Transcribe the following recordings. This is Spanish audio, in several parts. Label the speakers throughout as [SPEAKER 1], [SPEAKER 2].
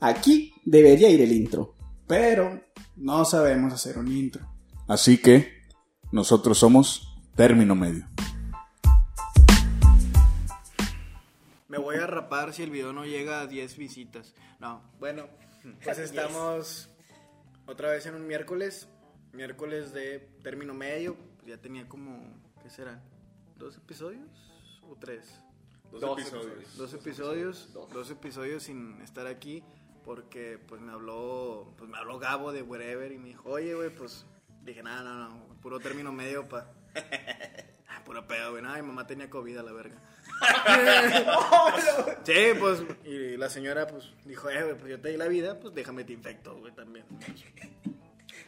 [SPEAKER 1] Aquí debería ir el intro, pero no sabemos hacer un intro.
[SPEAKER 2] Así que nosotros somos término medio.
[SPEAKER 3] Me voy a rapar si el video no llega a 10 visitas. No, bueno, pues estamos otra vez en un miércoles, miércoles de término medio. Ya tenía como, ¿qué será? ¿Dos episodios o tres?
[SPEAKER 4] Dos,
[SPEAKER 3] Dos
[SPEAKER 4] episodios.
[SPEAKER 3] Dos episodios, dos episodios sin estar aquí porque pues me habló, pues me habló Gabo de Wherever y me dijo, oye, güey, pues dije, nada, no, no, puro término medio, pa. Ah, Puro pedo, güey, nada, mi mamá tenía COVID a la verga. sí, pues, y la señora pues dijo, eh, güey, pues yo te di la vida, pues déjame te infecto, güey, también.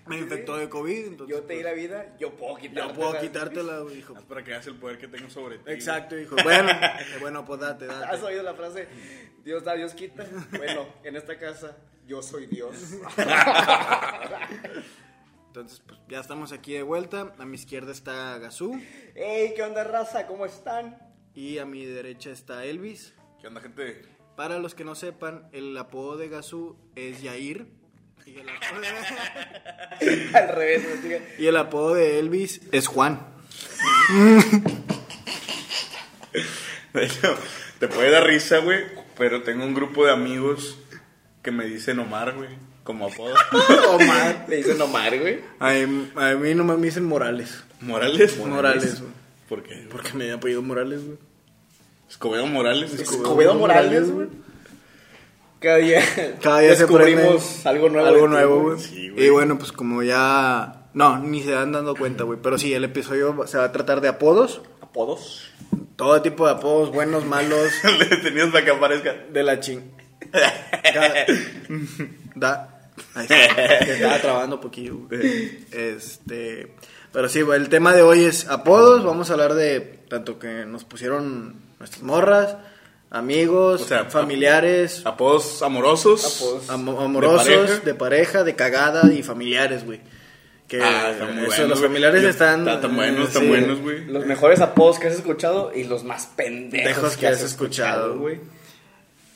[SPEAKER 3] Me infectó de COVID, entonces.
[SPEAKER 5] Yo te di la vida, yo puedo quitarte.
[SPEAKER 3] yo puedo quitártela, güey, dijo.
[SPEAKER 4] Para que veas el poder que tengo sobre ti.
[SPEAKER 3] Exacto, dijo, bueno, eh, bueno, pues date,
[SPEAKER 5] ¿Has
[SPEAKER 3] date.
[SPEAKER 5] oído la frase? Dios da, Dios quita. Bueno, en esta casa, yo soy Dios.
[SPEAKER 3] Entonces, pues ya estamos aquí de vuelta. A mi izquierda está Gazú
[SPEAKER 5] ¡Ey, qué onda, raza! ¿Cómo están?
[SPEAKER 3] y a mi derecha está Elvis.
[SPEAKER 4] ¿Qué onda, gente?
[SPEAKER 3] Para los que no sepan, el apodo de Gazú es Yair. Y el apodo de,
[SPEAKER 5] Al revés, me sigue.
[SPEAKER 3] y el apodo de Elvis es Juan.
[SPEAKER 4] De hecho, te puede dar risa, güey, pero tengo un grupo de amigos que me dicen Omar, güey, como apodo.
[SPEAKER 5] Omar. Le dicen Omar, güey.
[SPEAKER 3] A mí, a mí nomás me dicen Morales.
[SPEAKER 4] ¿Morales?
[SPEAKER 3] Morales, güey.
[SPEAKER 4] ¿Por qué?
[SPEAKER 3] Porque me habían pedido Morales, güey.
[SPEAKER 4] ¿Escobedo Morales?
[SPEAKER 5] Escobedo Morales, güey. Cada día,
[SPEAKER 3] Cada día se prende
[SPEAKER 5] descubrimos algo nuevo. de
[SPEAKER 3] Algo
[SPEAKER 5] ti,
[SPEAKER 3] nuevo, güey.
[SPEAKER 4] Sí, güey.
[SPEAKER 3] y bueno, pues como ya. No, ni se dan dando cuenta, güey. Pero sí, el episodio va- se va a tratar de apodos.
[SPEAKER 5] Apodos.
[SPEAKER 3] Todo tipo de apodos, buenos, malos.
[SPEAKER 4] Le tenías para que aparezca.
[SPEAKER 3] De la ching. Cada- da. Ahí está. Me Estaba trabando un poquillo. güey. Este. Pero sí, güey, el tema de hoy es apodos. Vamos a hablar de tanto que nos pusieron nuestras morras, amigos,
[SPEAKER 4] O sea,
[SPEAKER 3] familiares,
[SPEAKER 4] Apodos amorosos.
[SPEAKER 5] Apodos.
[SPEAKER 3] amo- amorosos, de
[SPEAKER 4] ¿De
[SPEAKER 3] pareja?
[SPEAKER 4] pareja?
[SPEAKER 3] de cagada y familiares, güey. Que
[SPEAKER 4] Ah, están muy
[SPEAKER 3] Eh, eso,
[SPEAKER 4] buenos,
[SPEAKER 3] los
[SPEAKER 4] güey.
[SPEAKER 3] familiares
[SPEAKER 4] Yo-
[SPEAKER 3] están. eh,
[SPEAKER 4] Están buenos, están
[SPEAKER 3] sí,
[SPEAKER 4] buenos, güey.
[SPEAKER 5] Los mejores apodos que has escuchado y los más pendejos
[SPEAKER 3] Pendejos que has escuchado,
[SPEAKER 5] güey.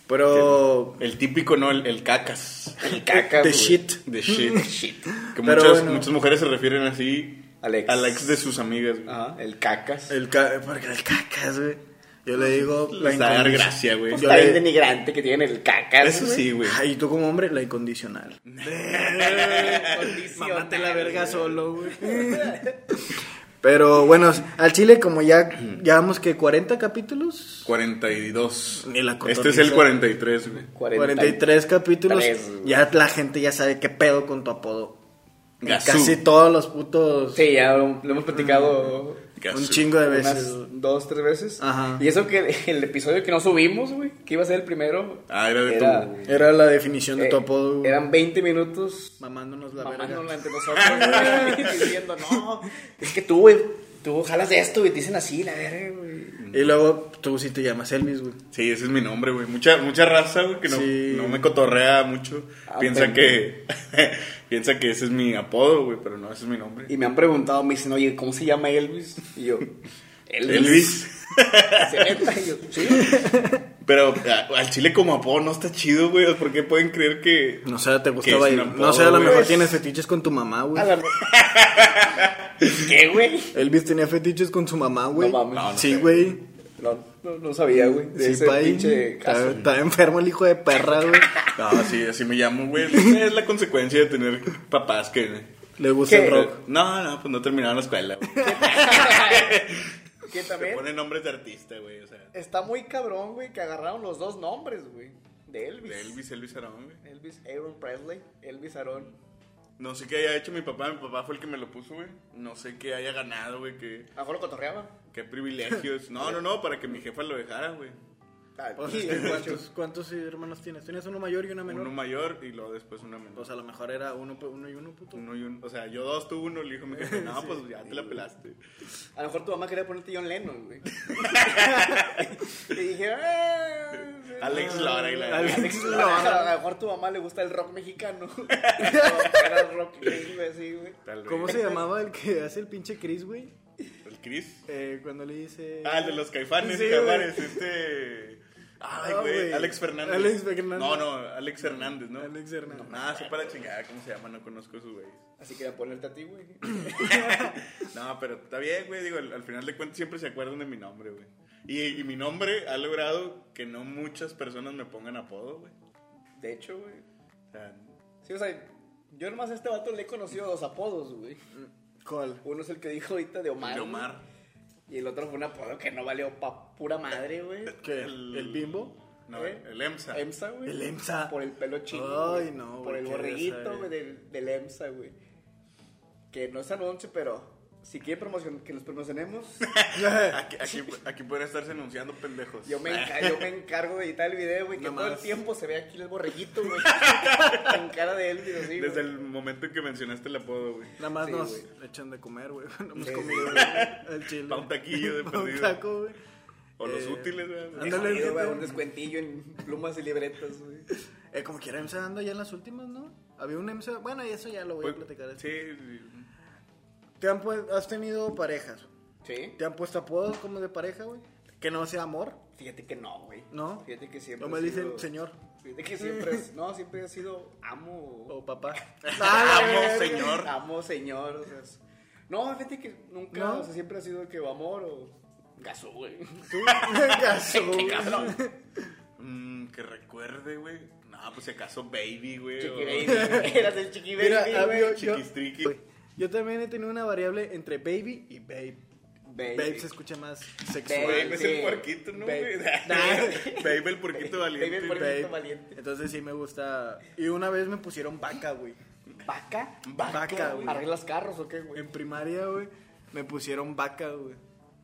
[SPEAKER 3] Pero.
[SPEAKER 4] El típico, ¿no? El, el cacas.
[SPEAKER 5] El caca,
[SPEAKER 3] The
[SPEAKER 5] güey.
[SPEAKER 3] shit.
[SPEAKER 4] De shit. shit. Que
[SPEAKER 3] Pero
[SPEAKER 4] muchas,
[SPEAKER 3] bueno.
[SPEAKER 4] muchas mujeres se refieren así
[SPEAKER 5] Al ex.
[SPEAKER 4] a la ex de sus amigas.
[SPEAKER 3] Ah,
[SPEAKER 4] güey.
[SPEAKER 5] Ajá, el cacas.
[SPEAKER 3] El ca- porque el cacas, güey. Yo le digo
[SPEAKER 4] Les da dar
[SPEAKER 3] incondicional.
[SPEAKER 4] gracia, güey.
[SPEAKER 3] Pues,
[SPEAKER 5] Está bien
[SPEAKER 3] le-
[SPEAKER 5] denigrante que tienen el cacas,
[SPEAKER 4] Eso
[SPEAKER 5] güey.
[SPEAKER 4] sí, güey.
[SPEAKER 3] Ay, y tú como hombre, la incondicional.
[SPEAKER 5] Condicional,
[SPEAKER 3] Eh, Mámate la verga
[SPEAKER 5] güey.
[SPEAKER 3] solo, güey. Pero bueno, al Chile como ya llevamos que 40 capítulos,
[SPEAKER 4] 42.
[SPEAKER 3] Ni la cotorriza.
[SPEAKER 4] este es el 43, güey.
[SPEAKER 3] 43 capítulos,
[SPEAKER 5] Tres, güey.
[SPEAKER 3] ya la gente ya sabe qué pedo con tu apodo. En
[SPEAKER 4] Gazú.
[SPEAKER 3] Casi todos los putos
[SPEAKER 5] Sí, ya lo, lo hemos platicado
[SPEAKER 4] Gazú.
[SPEAKER 3] un chingo de Mm. veces.
[SPEAKER 5] unas dos, tres veces.
[SPEAKER 3] Ajá.
[SPEAKER 5] Y eso que el episodio que no subimos, güey, que iba a ser el primero.
[SPEAKER 4] Ah, era de
[SPEAKER 5] Era-
[SPEAKER 4] tu.
[SPEAKER 3] Era la definición de
[SPEAKER 5] eh,
[SPEAKER 3] tu apodo. güey.
[SPEAKER 5] Eran 20 minutos
[SPEAKER 3] mamándonos la
[SPEAKER 5] mamándola
[SPEAKER 3] verga.
[SPEAKER 5] entre nosotros, güey, diciendo, no, es que tú, güey, tú jalas de esto, güey, te dicen así, la verga, güey.
[SPEAKER 3] Y luego tú sí te llamas Elvis, güey.
[SPEAKER 4] Sí, ese es mi nombre, güey. Mucha, mucha raza, güey, que no,
[SPEAKER 3] Sí.
[SPEAKER 4] no me cotorrea mucho.
[SPEAKER 5] Ah,
[SPEAKER 4] piensa
[SPEAKER 5] pendejo.
[SPEAKER 4] que. piensa que ese es mi apodo, güey, pero no, ese es mi nombre.
[SPEAKER 5] Y me han preguntado, me dicen, oye, ¿cómo se llama Elvis? Y yo, Elvis.
[SPEAKER 4] Elvis.
[SPEAKER 5] ¿Se neta? Y yo, sí.
[SPEAKER 4] Pero a- al chile como apodo no está chido, güey. ¿Por qué pueden creer que.?
[SPEAKER 3] No sé,
[SPEAKER 4] Que
[SPEAKER 3] te gustaba
[SPEAKER 4] es un
[SPEAKER 3] ir.
[SPEAKER 4] apodo,
[SPEAKER 3] No sé, a lo
[SPEAKER 4] güey.
[SPEAKER 3] mejor tienes fetiches con tu mamá, güey.
[SPEAKER 5] A la- ¿Qué, güey?
[SPEAKER 3] Elvis tenía fetiches con su mamá, güey.
[SPEAKER 5] No mames. No, no
[SPEAKER 3] sí,
[SPEAKER 4] sé.
[SPEAKER 3] güey.
[SPEAKER 5] No, no, no sabía, güey. De
[SPEAKER 3] Sí,
[SPEAKER 5] ese
[SPEAKER 3] pa' ahí.
[SPEAKER 5] pinche
[SPEAKER 3] Está
[SPEAKER 5] caso.
[SPEAKER 3] está enfermo el hijo de perra, güey.
[SPEAKER 4] No, Ah, sí, así me llamo, güey. Es la consecuencia de tener papás que.
[SPEAKER 3] Le gusta
[SPEAKER 5] ¿Qué?
[SPEAKER 3] el rock.
[SPEAKER 4] No, no, pues no terminaron la escuela, güey.
[SPEAKER 5] Que
[SPEAKER 4] Se
[SPEAKER 5] también
[SPEAKER 4] ponen nombres de artista, güey. O sea,
[SPEAKER 5] está muy cabrón, güey, que agarraron los dos nombres, güey. De Elvis.
[SPEAKER 4] de Elvis, Elvis Aragón, güey.
[SPEAKER 5] Elvis Aaron Presley, Elvis Aaron.
[SPEAKER 4] No sé qué haya hecho mi papá, mi papá fue el que me lo puso, güey. No sé qué haya ganado, güey, qué,
[SPEAKER 5] A lo mejor lo cotorreaban.
[SPEAKER 4] qué privilegios. No, no, no, para que mi jefa lo dejara, güey.
[SPEAKER 5] Ah,
[SPEAKER 3] Pues,
[SPEAKER 5] sí,
[SPEAKER 3] este,
[SPEAKER 5] guacho.
[SPEAKER 3] ¿cuántos, cuántos hermanos tienes? ¿Tienes uno mayor y una menor?
[SPEAKER 4] Uno mayor y luego después una menor.
[SPEAKER 3] Pues a lo mejor era uno, pe- uno y uno, puto.
[SPEAKER 4] Uno y uno. O sea, yo dos, tú uno, le dijo mi jefe, no, pues ya te la pelaste.
[SPEAKER 5] A lo mejor tu mamá quería ponerte John Lennon, güey. y dije, "Ah, sí".
[SPEAKER 4] Alex Lora y la
[SPEAKER 3] Alex
[SPEAKER 5] A
[SPEAKER 3] Lora.
[SPEAKER 5] lo mejor tu mamá le gusta el rock mexicano. Era el rock gringo, así, güey.
[SPEAKER 4] Tal vez.
[SPEAKER 3] ¿Cómo se llamaba el que hace el pinche Chris, güey?
[SPEAKER 4] ¿El Chris?
[SPEAKER 3] Eh, cuando le dice...
[SPEAKER 4] Ah, el de los caifanes,
[SPEAKER 3] Sí,
[SPEAKER 4] caifanes, este. Ay,
[SPEAKER 3] Ah,
[SPEAKER 4] güey,
[SPEAKER 3] güey.
[SPEAKER 4] Alex Fernández.
[SPEAKER 3] Alex Fernández.
[SPEAKER 4] No, no, Alex Hernández, ¿no?
[SPEAKER 3] Alex Hernández.
[SPEAKER 4] No, nada, sepa la chingada cómo se llama, no conozco a sus güeyes.
[SPEAKER 5] Así que voy a ponerte a ti, güey.
[SPEAKER 4] No, pero está bien, güey, digo, al, al final de cuentas siempre se acuerdan de mi nombre, güey. Y, y mi nombre ha logrado que no muchas personas me pongan apodo, güey.
[SPEAKER 5] De hecho, güey.
[SPEAKER 4] O sea,
[SPEAKER 5] Sí, o sea, yo nomás a este vato le he conocido dos apodos, güey.
[SPEAKER 3] ¿Cuál?
[SPEAKER 5] Uno es el que dijo ahorita de Omar.
[SPEAKER 4] Mm. de Omar.
[SPEAKER 5] güey. Y el otro fue un apodo que no valió pa' pura madre, güey.
[SPEAKER 3] ¿Qué? ¿El, el bimbo?
[SPEAKER 4] No,
[SPEAKER 5] ¿Eh?
[SPEAKER 4] el EMSA.
[SPEAKER 5] EMSA, güey.
[SPEAKER 3] El EMSA.
[SPEAKER 5] Por el pelo chino.
[SPEAKER 3] Ay,
[SPEAKER 5] güey.
[SPEAKER 3] no,
[SPEAKER 5] Por
[SPEAKER 3] güey,
[SPEAKER 5] el
[SPEAKER 3] qué
[SPEAKER 5] borreguito,
[SPEAKER 3] desagradable.
[SPEAKER 5] güey, del, del EMSA, güey. Que no es anuncio, pero si quiere promoción, que nos promocionemos,
[SPEAKER 4] Aquí, aquí, aquí podría estarse anunciando pendejos.
[SPEAKER 5] yo me, enca- yo me encargo de editar el video, güey. Que
[SPEAKER 3] No
[SPEAKER 5] todo el
[SPEAKER 3] más.
[SPEAKER 5] tiempo se ve aquí el borreguito, güey. con cara de él, digo, sí,
[SPEAKER 4] Desde
[SPEAKER 5] güey.
[SPEAKER 4] el momento en que mencionaste el apodo, güey.
[SPEAKER 3] Nada más
[SPEAKER 5] Sí,
[SPEAKER 3] nos
[SPEAKER 5] güey.
[SPEAKER 3] echan de comer, güey. No hemos
[SPEAKER 5] Sí,
[SPEAKER 3] comido,
[SPEAKER 5] sí.
[SPEAKER 3] güey. El chile.
[SPEAKER 4] Pa' un taquillo de
[SPEAKER 3] Pa'
[SPEAKER 4] perdido.
[SPEAKER 3] Un taco, güey.
[SPEAKER 4] O los
[SPEAKER 3] Eh,
[SPEAKER 4] útiles, güey.
[SPEAKER 5] Qué
[SPEAKER 3] ándale,
[SPEAKER 5] jodido,
[SPEAKER 3] gente.
[SPEAKER 5] güey, un descuentillo en plumas y libretas, güey.
[SPEAKER 3] Eh, como quiera, EMSA anda ya en las últimas, ¿no? Había un EMSA. Bueno, y eso ya lo voy
[SPEAKER 4] Pues,
[SPEAKER 3] a platicar. después.
[SPEAKER 4] sí, sí.
[SPEAKER 3] ¿Te han pu- has tenido parejas?
[SPEAKER 5] Sí.
[SPEAKER 3] ¿Te han puesto apodos como de pareja, güey? Que no sea amor.
[SPEAKER 5] Fíjate que no, güey.
[SPEAKER 3] ¿No?
[SPEAKER 5] Fíjate que siempre.
[SPEAKER 3] No me
[SPEAKER 5] ha
[SPEAKER 3] dicen
[SPEAKER 5] sido-
[SPEAKER 3] señor
[SPEAKER 5] Fíjate que siempre. es- no, siempre ha sido amo.
[SPEAKER 3] o papá. Ah,
[SPEAKER 5] Ah,
[SPEAKER 4] Amo,
[SPEAKER 5] verga,
[SPEAKER 4] señor.
[SPEAKER 5] Amo, señor. o sea, es- no, fíjate que nunca.
[SPEAKER 3] ¿No?
[SPEAKER 5] O sea, siempre ha sido que o amor o. Gasó, güey.
[SPEAKER 3] Tú, gaso,
[SPEAKER 5] Qué
[SPEAKER 3] güey.
[SPEAKER 5] cabrón.
[SPEAKER 4] Mm, que recuerde, güey. No, pues si acaso Baby, güey. o-
[SPEAKER 5] Chiqui baby, güey. Eras el chiqui baby,
[SPEAKER 3] Mira, ah,
[SPEAKER 5] güey.
[SPEAKER 3] yo, yo-
[SPEAKER 4] Chiquistriqui.
[SPEAKER 3] güey, yo también he tenido una variable entre baby y babe.
[SPEAKER 5] Baby.
[SPEAKER 3] Babe se escucha más sexual.
[SPEAKER 4] Babe es el
[SPEAKER 5] Sí.
[SPEAKER 4] puerquito, ¿no,
[SPEAKER 5] Babe.
[SPEAKER 4] güey?
[SPEAKER 5] Nah.
[SPEAKER 4] Babe el puerquito valiente.
[SPEAKER 5] Baby el puerquito.
[SPEAKER 3] Babe.
[SPEAKER 5] valiente.
[SPEAKER 3] Entonces sí me gusta. Y una vez me pusieron vaca, güey.
[SPEAKER 5] ¿Vaca?
[SPEAKER 3] Vaca, güey.
[SPEAKER 5] ¿Arreglas carros o qué, güey?
[SPEAKER 3] En primaria, güey, me pusieron vaca, güey.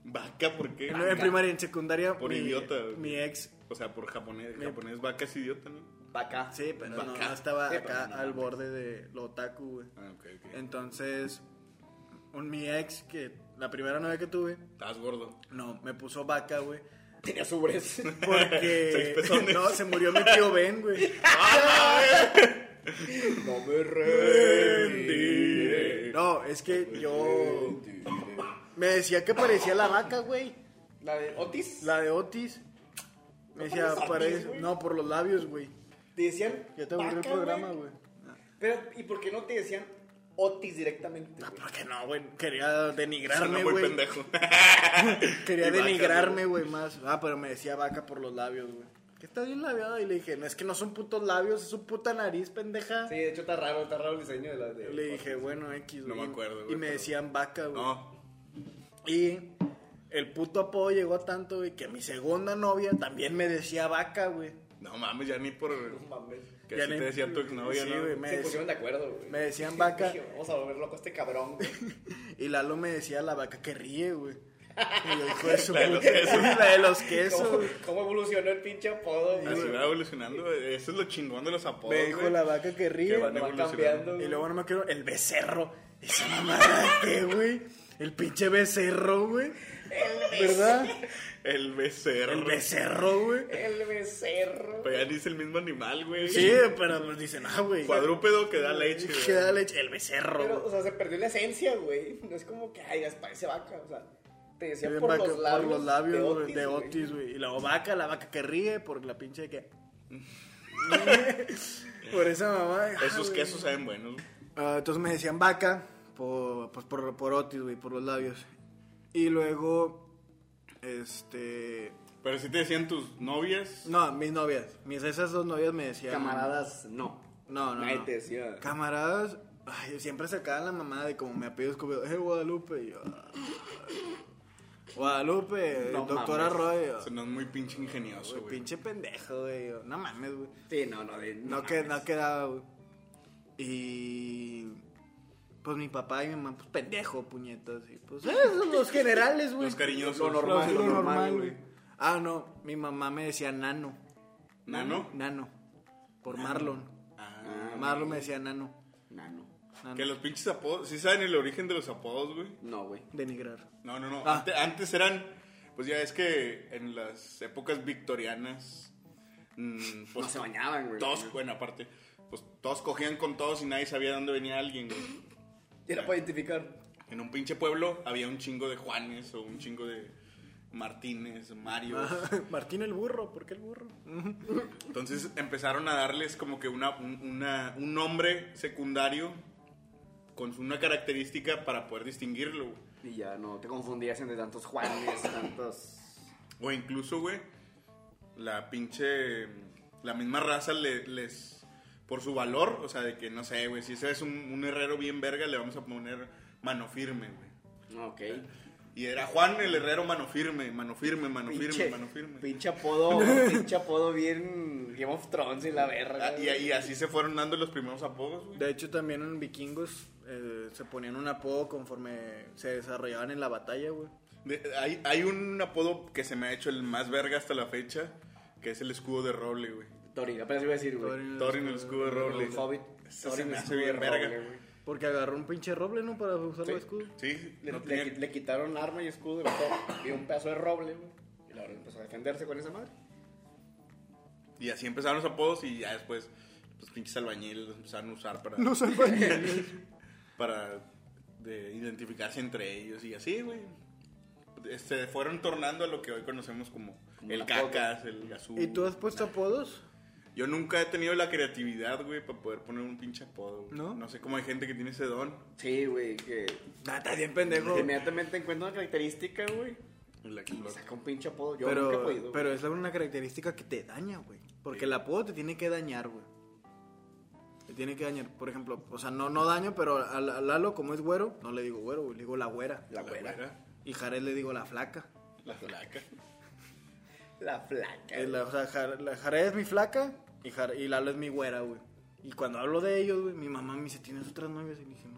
[SPEAKER 4] Vaca, ¿por qué?
[SPEAKER 3] En, en primaria, en secundaria.
[SPEAKER 4] Por
[SPEAKER 3] mi-
[SPEAKER 4] idiota, güey.
[SPEAKER 3] Mi ex.
[SPEAKER 4] O sea, por japonés. Japonés vaca es idiota, ¿no?
[SPEAKER 5] Vaca.
[SPEAKER 3] Sí, pero no,
[SPEAKER 4] Vaca.
[SPEAKER 3] no estaba
[SPEAKER 5] Sí, pero
[SPEAKER 3] acá
[SPEAKER 5] no,
[SPEAKER 3] al
[SPEAKER 5] no.
[SPEAKER 3] borde de lo otaku, güey.
[SPEAKER 4] Ah, ok,
[SPEAKER 3] Eh.
[SPEAKER 4] ok.
[SPEAKER 3] Entonces, un, mi ex, que la primera novia que tuve,
[SPEAKER 4] Estás gordo.
[SPEAKER 3] no, me puso vaca, güey.
[SPEAKER 5] Tenía sobres.
[SPEAKER 3] Porque.
[SPEAKER 4] Seis pezones.
[SPEAKER 3] no, se murió mi tío Ben, güey.
[SPEAKER 5] no me rendí.
[SPEAKER 3] No, es que yo. Me decía que parecía la vaca, güey.
[SPEAKER 5] ¿La de Otis?
[SPEAKER 3] La de Otis. Me decía,
[SPEAKER 5] por los labios,
[SPEAKER 3] parece.
[SPEAKER 5] güey.
[SPEAKER 3] No, por los labios, güey.
[SPEAKER 5] Te decían.
[SPEAKER 3] Ya te aburrió el
[SPEAKER 5] vaca,
[SPEAKER 3] programa, güey.
[SPEAKER 5] Pero, ¿y por qué no te decían Otis directamente? güey?
[SPEAKER 3] ¿Por qué no, güey? Quería denigrarme,
[SPEAKER 4] Suena muy
[SPEAKER 3] güey.
[SPEAKER 4] pendejo.
[SPEAKER 3] Quería
[SPEAKER 4] Y vaca,
[SPEAKER 3] denigrarme, güey, más. Ah, pero me decía vaca por los labios, güey. Que está bien labiada. Y le dije, no, es que no son putos labios, es su puta nariz, pendeja.
[SPEAKER 5] Sí, de hecho está raro, está raro el diseño de la de.
[SPEAKER 3] Le dije, bueno, X,
[SPEAKER 4] No
[SPEAKER 3] güey.
[SPEAKER 4] me acuerdo, güey,
[SPEAKER 3] Y me
[SPEAKER 4] pero-
[SPEAKER 3] decían vaca, güey.
[SPEAKER 4] No.
[SPEAKER 3] Y el puto apodo llegó a tanto, güey, que mi segunda novia también me decía vaca, güey.
[SPEAKER 4] No mames, ya ni por.
[SPEAKER 5] No mames.
[SPEAKER 4] Que
[SPEAKER 3] Ya
[SPEAKER 4] así
[SPEAKER 3] ni-
[SPEAKER 4] te decía tu exnovia,
[SPEAKER 3] Sí,
[SPEAKER 4] ¿no?
[SPEAKER 3] güey, me,
[SPEAKER 5] Se
[SPEAKER 3] dec-
[SPEAKER 5] pusieron de acuerdo, güey.
[SPEAKER 3] me decían vaca.
[SPEAKER 5] Dije, Vamos a volver loco a este cabrón, güey.
[SPEAKER 3] Y Lalo me decía la vaca que ríe, güey. Y yo, hijo de su
[SPEAKER 4] La de los
[SPEAKER 3] puta-
[SPEAKER 4] quesos.
[SPEAKER 3] La de los
[SPEAKER 5] ¿Cómo,
[SPEAKER 3] quesos.
[SPEAKER 5] cómo evolucionó el pinche apodo, güey?
[SPEAKER 4] Así va evolucionando. Eso es lo chingón de los apodos.
[SPEAKER 3] Me dijo
[SPEAKER 4] güey.
[SPEAKER 3] la vaca que ríe.
[SPEAKER 4] Que van
[SPEAKER 5] Va
[SPEAKER 4] evolucionando.
[SPEAKER 5] cambiando, güey.
[SPEAKER 3] Y luego no me quiero. El becerro. Esa mamada, ¿qué, güey? El pinche becerro, güey. ¿Verdad?
[SPEAKER 4] El becerro.
[SPEAKER 3] El becerro, güey.
[SPEAKER 5] El becerro.
[SPEAKER 4] Pero ya dice el mismo animal, güey.
[SPEAKER 3] Sí, pero nos dicen, ah, güey.
[SPEAKER 4] Cuadrúpedo que da leche, güey.
[SPEAKER 3] Que da leche. El becerro.
[SPEAKER 5] Pero,
[SPEAKER 3] güey.
[SPEAKER 5] o sea, se perdió la esencia, güey. No es como que, ay, las parece vaca, o sea. Te decía
[SPEAKER 3] Bien
[SPEAKER 5] por,
[SPEAKER 3] vaca-
[SPEAKER 5] los labios,
[SPEAKER 3] por los labios, güey,
[SPEAKER 5] de
[SPEAKER 3] de
[SPEAKER 5] Otis.
[SPEAKER 3] Otis, güey. Y la vaca, la vaca que ríe por la pinche de que. por esa mamá. ah,
[SPEAKER 4] Esos
[SPEAKER 3] güey.
[SPEAKER 4] quesos saben buenos. güey.
[SPEAKER 3] Ah, entonces me decían vaca por, pues por, por Otis, güey, por los labios. Y luego, este...
[SPEAKER 4] Pero si te decían tus novias.
[SPEAKER 3] No, mis novias. Mis esas dos novias me decían...
[SPEAKER 5] Camaradas, no.
[SPEAKER 3] No, no,
[SPEAKER 5] Nadie
[SPEAKER 3] no.
[SPEAKER 5] te decía.
[SPEAKER 3] Camaradas... Ay, siempre sacaban la mamá de como me apellido Escobedo. Eh, Guadalupe. y yo, ah, Guadalupe,
[SPEAKER 5] No
[SPEAKER 3] doctora
[SPEAKER 5] mames.
[SPEAKER 3] Roy. yo,
[SPEAKER 4] Se nos muy pinche ingenioso,
[SPEAKER 3] "Güey,
[SPEAKER 4] güey.
[SPEAKER 3] pinche pendejo, güey. yo, No mames, güey.
[SPEAKER 5] Sí, no, no. de-
[SPEAKER 3] No, que, no quedaba, güey. Y. Pues mi papá y mi mamá, pues pendejo, puñetas. Y pues, eh, son los generales, güey.
[SPEAKER 4] Los cariñosos.
[SPEAKER 5] Lo normal,
[SPEAKER 3] Lo,
[SPEAKER 5] lo
[SPEAKER 3] normal,
[SPEAKER 5] normal,
[SPEAKER 3] güey.
[SPEAKER 5] güey.
[SPEAKER 3] Ah, no, mi mamá me decía nano.
[SPEAKER 4] ¿Nano?
[SPEAKER 3] Nano. Por Marlon.
[SPEAKER 4] Ah,
[SPEAKER 3] Marlon me decía nano.
[SPEAKER 5] Nano.
[SPEAKER 3] Nano.
[SPEAKER 4] que los pinches apodos. ¿Sí saben el origen de los apodos, güey?
[SPEAKER 5] No, güey.
[SPEAKER 3] Denigrar.
[SPEAKER 4] No, no, no.
[SPEAKER 3] Ah.
[SPEAKER 4] Ante- Antes, eran. Pues ya es que en las épocas victorianas. mm, pues,
[SPEAKER 5] No se bañaban, güey.
[SPEAKER 4] Todos, bueno, aparte. Pues todos cogían con todos y nadie sabía dónde venía alguien, güey.
[SPEAKER 5] Era para identificar.
[SPEAKER 4] En un pinche pueblo había un chingo de Juanes o un chingo de Martínez, Mario.
[SPEAKER 3] Martín el burro, ¿por qué el burro?
[SPEAKER 4] Entonces empezaron a darles como que una, un, una- un nombre secundario con una característica para poder distinguirlo. güey.
[SPEAKER 5] Y ya no te confundías entre tantos Juanes, tantos.
[SPEAKER 4] O incluso, güey, la pinche. La misma raza le- les. Por su valor, o sea, de que no sé, güey, si ese es un, un herrero bien verga, le vamos a poner mano firme, güey.
[SPEAKER 5] Ok.
[SPEAKER 4] Y era Juan el herrero mano firme, mano firme, mano firme,
[SPEAKER 5] Pinche,
[SPEAKER 4] mano firme.
[SPEAKER 5] pinche apodo, pinche apodo bien Game of Thrones y la verga.
[SPEAKER 4] Ah, Y, y así se fueron dando los primeros apodos, güey.
[SPEAKER 3] De hecho, también en vikingos eh, se ponían un apodo conforme se desarrollaban en la batalla, güey.
[SPEAKER 4] De- hay, hay un apodo que se me ha hecho el más verga hasta la fecha, que es el escudo de roble, güey.
[SPEAKER 5] Thorin, apenas iba a decir, güey.
[SPEAKER 3] Thorin,
[SPEAKER 4] Thorin el escudo de roble.
[SPEAKER 5] Mm, El Hobbit.
[SPEAKER 4] Eso se
[SPEAKER 5] Thorin
[SPEAKER 4] me
[SPEAKER 5] es
[SPEAKER 4] hace
[SPEAKER 5] un
[SPEAKER 4] bien
[SPEAKER 5] roble,
[SPEAKER 4] verga.
[SPEAKER 5] güey.
[SPEAKER 3] Porque agarró un pinche roble, ¿no? Para usarlo de
[SPEAKER 5] Sí.
[SPEAKER 3] escudo.
[SPEAKER 4] Sí,
[SPEAKER 5] Le,
[SPEAKER 4] no
[SPEAKER 5] le-
[SPEAKER 4] tenía-
[SPEAKER 5] le quitaron arma y escudo y un pedazo de roble, güey. Y la verdad empezó a defenderse con esa madre.
[SPEAKER 4] Y así empezaron los apodos y ya después, pues pinches albañiles los empezaron a usar para, para de, identificarse entre ellos y así, güey. Se fueron tornando a lo que hoy conocemos como,
[SPEAKER 5] Como
[SPEAKER 4] el
[SPEAKER 5] un apodo.
[SPEAKER 4] cacas, el azul.
[SPEAKER 3] ¿Y tú has puesto apodos?
[SPEAKER 4] Yo nunca he tenido la creatividad, güey, para poder poner un pinche apodo. güey.
[SPEAKER 3] ¿No?
[SPEAKER 4] No sé cómo hay gente que tiene ese don.
[SPEAKER 5] Sí, güey, que
[SPEAKER 3] Nah, está bien pendejo.
[SPEAKER 5] inmediatamente encuentra una característica, güey.
[SPEAKER 4] La que
[SPEAKER 5] Y
[SPEAKER 4] lo-
[SPEAKER 5] saca un pinche apodo. Yo nunca he
[SPEAKER 3] Pero,
[SPEAKER 5] podido.
[SPEAKER 3] pero es una característica que te daña, güey. Porque el apodo te tiene que dañar, güey. Te tiene que dañar. Por ejemplo, o sea, no, no daño, pero a, a Lalo, como es güero, no le digo güero, güey, le digo la güera.
[SPEAKER 5] La güera.
[SPEAKER 3] Y Jared le digo la flaca.
[SPEAKER 4] La flaca.
[SPEAKER 5] La flaca.
[SPEAKER 3] Eh, la- o sea, Jar- la- Jared es mi flaca y, Jar- y Lalo es mi güera, güey. Y cuando hablo de ellos, güey, mi mamá me dice, ¿tienes otras novias? Y le dije, no.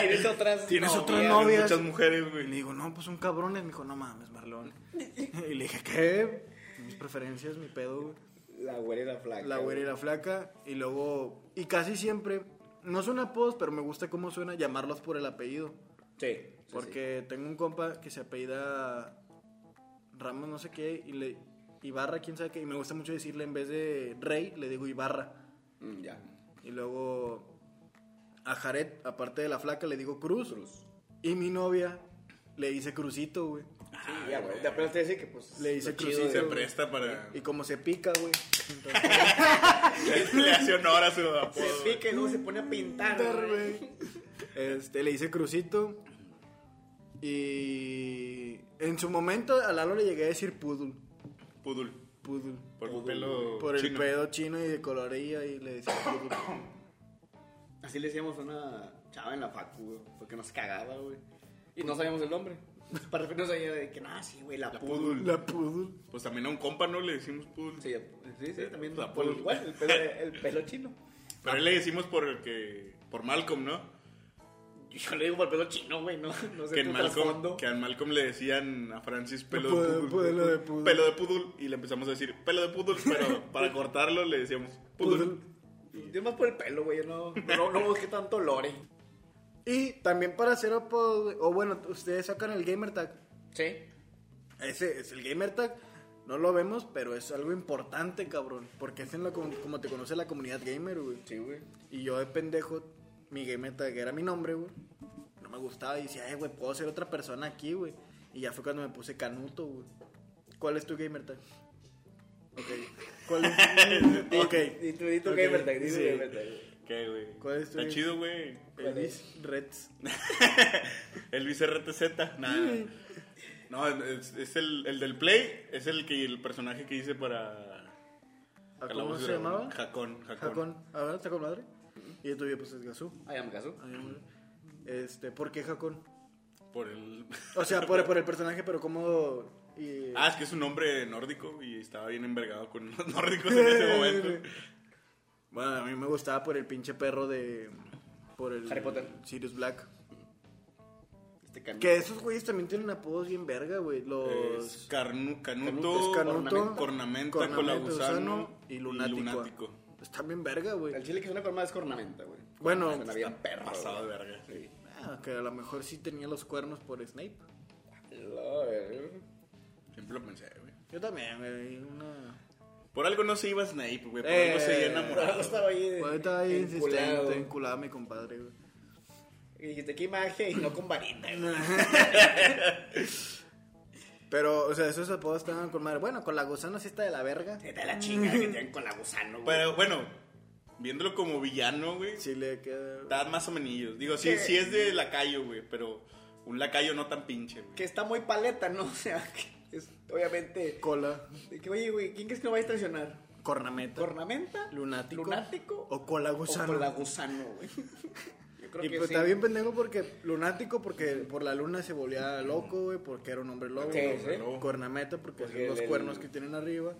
[SPEAKER 5] ¿Tienes otras
[SPEAKER 3] ¿Tienes
[SPEAKER 5] novias?
[SPEAKER 3] otras
[SPEAKER 4] Hay
[SPEAKER 3] novias?
[SPEAKER 4] Muchas mujeres,
[SPEAKER 3] Y le
[SPEAKER 4] güey.
[SPEAKER 3] digo, no, pues son cabrones. Me dijo, no mames, Marlon. Y le dije, ¿qué? Mis preferencias, mi pedo, güey.
[SPEAKER 5] La güera y la flaca.
[SPEAKER 3] La güera y
[SPEAKER 5] güey.
[SPEAKER 3] la flaca. Y luego, y casi siempre, no son apodos, pero me gusta cómo suena llamarlos por el apellido.
[SPEAKER 5] Sí. sí,
[SPEAKER 3] Porque tengo un compa que se apellida Ramos no sé qué y le Ibarra quién sabe qué y me gusta mucho decirle en vez de Rey le digo Ibarra
[SPEAKER 5] sí. Mm, ya.
[SPEAKER 3] y luego a Jared aparte de la flaca le digo Cruz, y mi novia le dice Crucito güey
[SPEAKER 4] Ah,
[SPEAKER 5] Sí, ya, güey. De apenas te dice que pues.
[SPEAKER 3] Le hice
[SPEAKER 5] lo chido
[SPEAKER 3] crucito.
[SPEAKER 5] de-
[SPEAKER 4] Se presta para.
[SPEAKER 3] y como se pica güey entonces-
[SPEAKER 4] Le hace honor a su apodo.
[SPEAKER 5] Se pica y luego se pone a pintar,
[SPEAKER 3] Pintar,
[SPEAKER 5] güey.
[SPEAKER 3] güey. Este, le hice crucito. Y en su momento a Lalo le llegué a decir pudul.
[SPEAKER 4] Pudul.
[SPEAKER 3] Pudul.
[SPEAKER 4] Por el pelo.
[SPEAKER 3] Por el
[SPEAKER 4] chino.
[SPEAKER 3] pedo chino y de coloría y le decía pudul.
[SPEAKER 5] Así le decíamos a una chava en la facu, güey, porque nos cagaba, güey. Y no sabíamos el nombre. Para referirnos a ella de que, no, sí, güey, la,
[SPEAKER 4] La
[SPEAKER 5] pudul.
[SPEAKER 4] pudul.
[SPEAKER 3] La pudul.
[SPEAKER 4] Pues también a un compa, ¿no? Le decimos pudul.
[SPEAKER 5] Sí, sí, sí, también
[SPEAKER 4] La
[SPEAKER 5] por
[SPEAKER 4] pudul.
[SPEAKER 5] igual, el pelo, el pelo chino.
[SPEAKER 4] Pero a él le decimos por el que. Por Malcolm, ¿no?
[SPEAKER 5] Yo le digo por el pelo chino, güey, no, no sé
[SPEAKER 4] Que, en
[SPEAKER 5] tu
[SPEAKER 4] Malcolm,
[SPEAKER 5] trasfondo.
[SPEAKER 4] que a Malcolm le decían a Francis pelo
[SPEAKER 3] Pudo-
[SPEAKER 4] de pudul.
[SPEAKER 3] pelo de pudul.
[SPEAKER 4] Pelo de pudul. Y le empezamos a decir pelo de pudul, pero para cortarlo le decíamos pudul.
[SPEAKER 3] Pudul.
[SPEAKER 5] Yo más por el pelo, güey, yo no, no, no busqué tanto lore.
[SPEAKER 3] Y también para hacer apodo, güey, o bueno, ustedes sacan el gamer tag.
[SPEAKER 5] Sí.
[SPEAKER 3] Ese es el gamer tag. No lo vemos, pero es algo importante, cabrón. Porque es en la, com- como te conoce la comunidad gamer, güey.
[SPEAKER 5] Sí, güey.
[SPEAKER 3] Y yo de pendejo, mi game meta, que era mi nombre, güey. No me gustaba y decía, eh, güey, puedo ser otra persona aquí, güey. Y ya fue cuando me puse Canuto, güey. ¿Cuál es tu gamer tag? Ok. ¿Cuál
[SPEAKER 5] Di-
[SPEAKER 3] es? ok.
[SPEAKER 5] di tu- di tu
[SPEAKER 3] Ok,
[SPEAKER 5] gamer tag, di tu
[SPEAKER 3] sí.
[SPEAKER 5] gamer tag, güey.
[SPEAKER 4] ¿Qué, güey?
[SPEAKER 3] ¿Cuál es tu-
[SPEAKER 4] Está chido, güey.
[SPEAKER 5] ¿Cuál
[SPEAKER 3] Elvis Reds.
[SPEAKER 4] Elvis RTZ. Nada. No, es, es el, el del Play. Es el que el personaje que hice para.
[SPEAKER 3] ¿A ¿Cómo
[SPEAKER 4] Calabozos y
[SPEAKER 3] se
[SPEAKER 4] Dragones.
[SPEAKER 3] llamaba?
[SPEAKER 4] Jacón. Jacón.
[SPEAKER 3] Jacón. ¿A ver, Jacón Madre? Y yo tuve, pues, es Gazú.
[SPEAKER 5] Ay, ya me caso.
[SPEAKER 3] Ay, madre. Este, ¿por qué Jacón?
[SPEAKER 4] Por el.
[SPEAKER 3] O sea, por, por el personaje, pero cómo... y-
[SPEAKER 4] Ah, es que es un hombre nórdico y estaba bien envergado con los nórdicos en ese momento.
[SPEAKER 3] Bueno, a mí me gustaba por el pinche perro de. Por el.
[SPEAKER 5] Harry Potter.
[SPEAKER 3] Sirius Black.
[SPEAKER 5] Este cambio.
[SPEAKER 3] Que esos güeyes también tienen apodos bien verga, güey.
[SPEAKER 4] Es
[SPEAKER 3] Los.
[SPEAKER 4] carnu- canuto,
[SPEAKER 5] Canuto,
[SPEAKER 3] es
[SPEAKER 4] cornamenta,
[SPEAKER 3] Canuto,
[SPEAKER 4] cornamenta, colagusano y lunático.
[SPEAKER 3] Están bien verga,
[SPEAKER 5] El
[SPEAKER 3] güey.
[SPEAKER 5] chile que suena con más es cornamenta, güey.
[SPEAKER 3] Bueno,
[SPEAKER 5] suena bien perro.
[SPEAKER 4] Pasado
[SPEAKER 5] güey.
[SPEAKER 4] de verga.
[SPEAKER 5] Sí.
[SPEAKER 3] Ah, que a lo mejor sí tenía los cuernos por Snape.
[SPEAKER 5] Lo, eh. güey.
[SPEAKER 4] Siempre lo pensé, güey.
[SPEAKER 3] Yo también, güey. Una.
[SPEAKER 4] Por algo no se iba Snape, güey. Por
[SPEAKER 3] Eh,
[SPEAKER 4] algo seguía
[SPEAKER 5] Pero
[SPEAKER 4] enamorado.
[SPEAKER 5] estaba ahí.
[SPEAKER 3] Güey, estaba ahí
[SPEAKER 5] Eh,
[SPEAKER 3] este,
[SPEAKER 5] enculado.
[SPEAKER 3] insistente, enculada mi compadre, güey.
[SPEAKER 5] Y dijiste, qué imagen y no con varita. güey.
[SPEAKER 3] Pero, o sea, esos apodos estaban con madre. Bueno, con la gusana sí está de la verga.
[SPEAKER 5] Te da la chinga que te dan con la gusano, güey.
[SPEAKER 4] Pero bueno, viéndolo como villano, güey,
[SPEAKER 3] Sí le queda.
[SPEAKER 4] está más o menos. Digo, sí,
[SPEAKER 5] ¿Qué?
[SPEAKER 4] sí es de lacayo, güey, pero un lacayo no tan pinche, güey.
[SPEAKER 5] Que está muy paleta, ¿no? O sea, que es, obviamente.
[SPEAKER 3] Cola.
[SPEAKER 5] de que, oye, güey, ¿quién crees que lo va a traicionar?
[SPEAKER 3] Cornameta.
[SPEAKER 5] ¿Cornamenta?
[SPEAKER 3] Lunático.
[SPEAKER 5] ¿Lunático?
[SPEAKER 3] O cola gusano.
[SPEAKER 5] O con la gusano, güey. Yo creo
[SPEAKER 3] y
[SPEAKER 5] que
[SPEAKER 3] pues
[SPEAKER 5] sí.
[SPEAKER 3] está bien pendejo porque lunático porque por la luna se volvía loco, güey, porque era un hombre loco.
[SPEAKER 5] Sí,
[SPEAKER 3] güey.
[SPEAKER 5] sí.
[SPEAKER 3] Lobo. Cornameta porque,
[SPEAKER 5] Porque
[SPEAKER 3] son los
[SPEAKER 5] el-
[SPEAKER 3] cuernos que tienen arriba.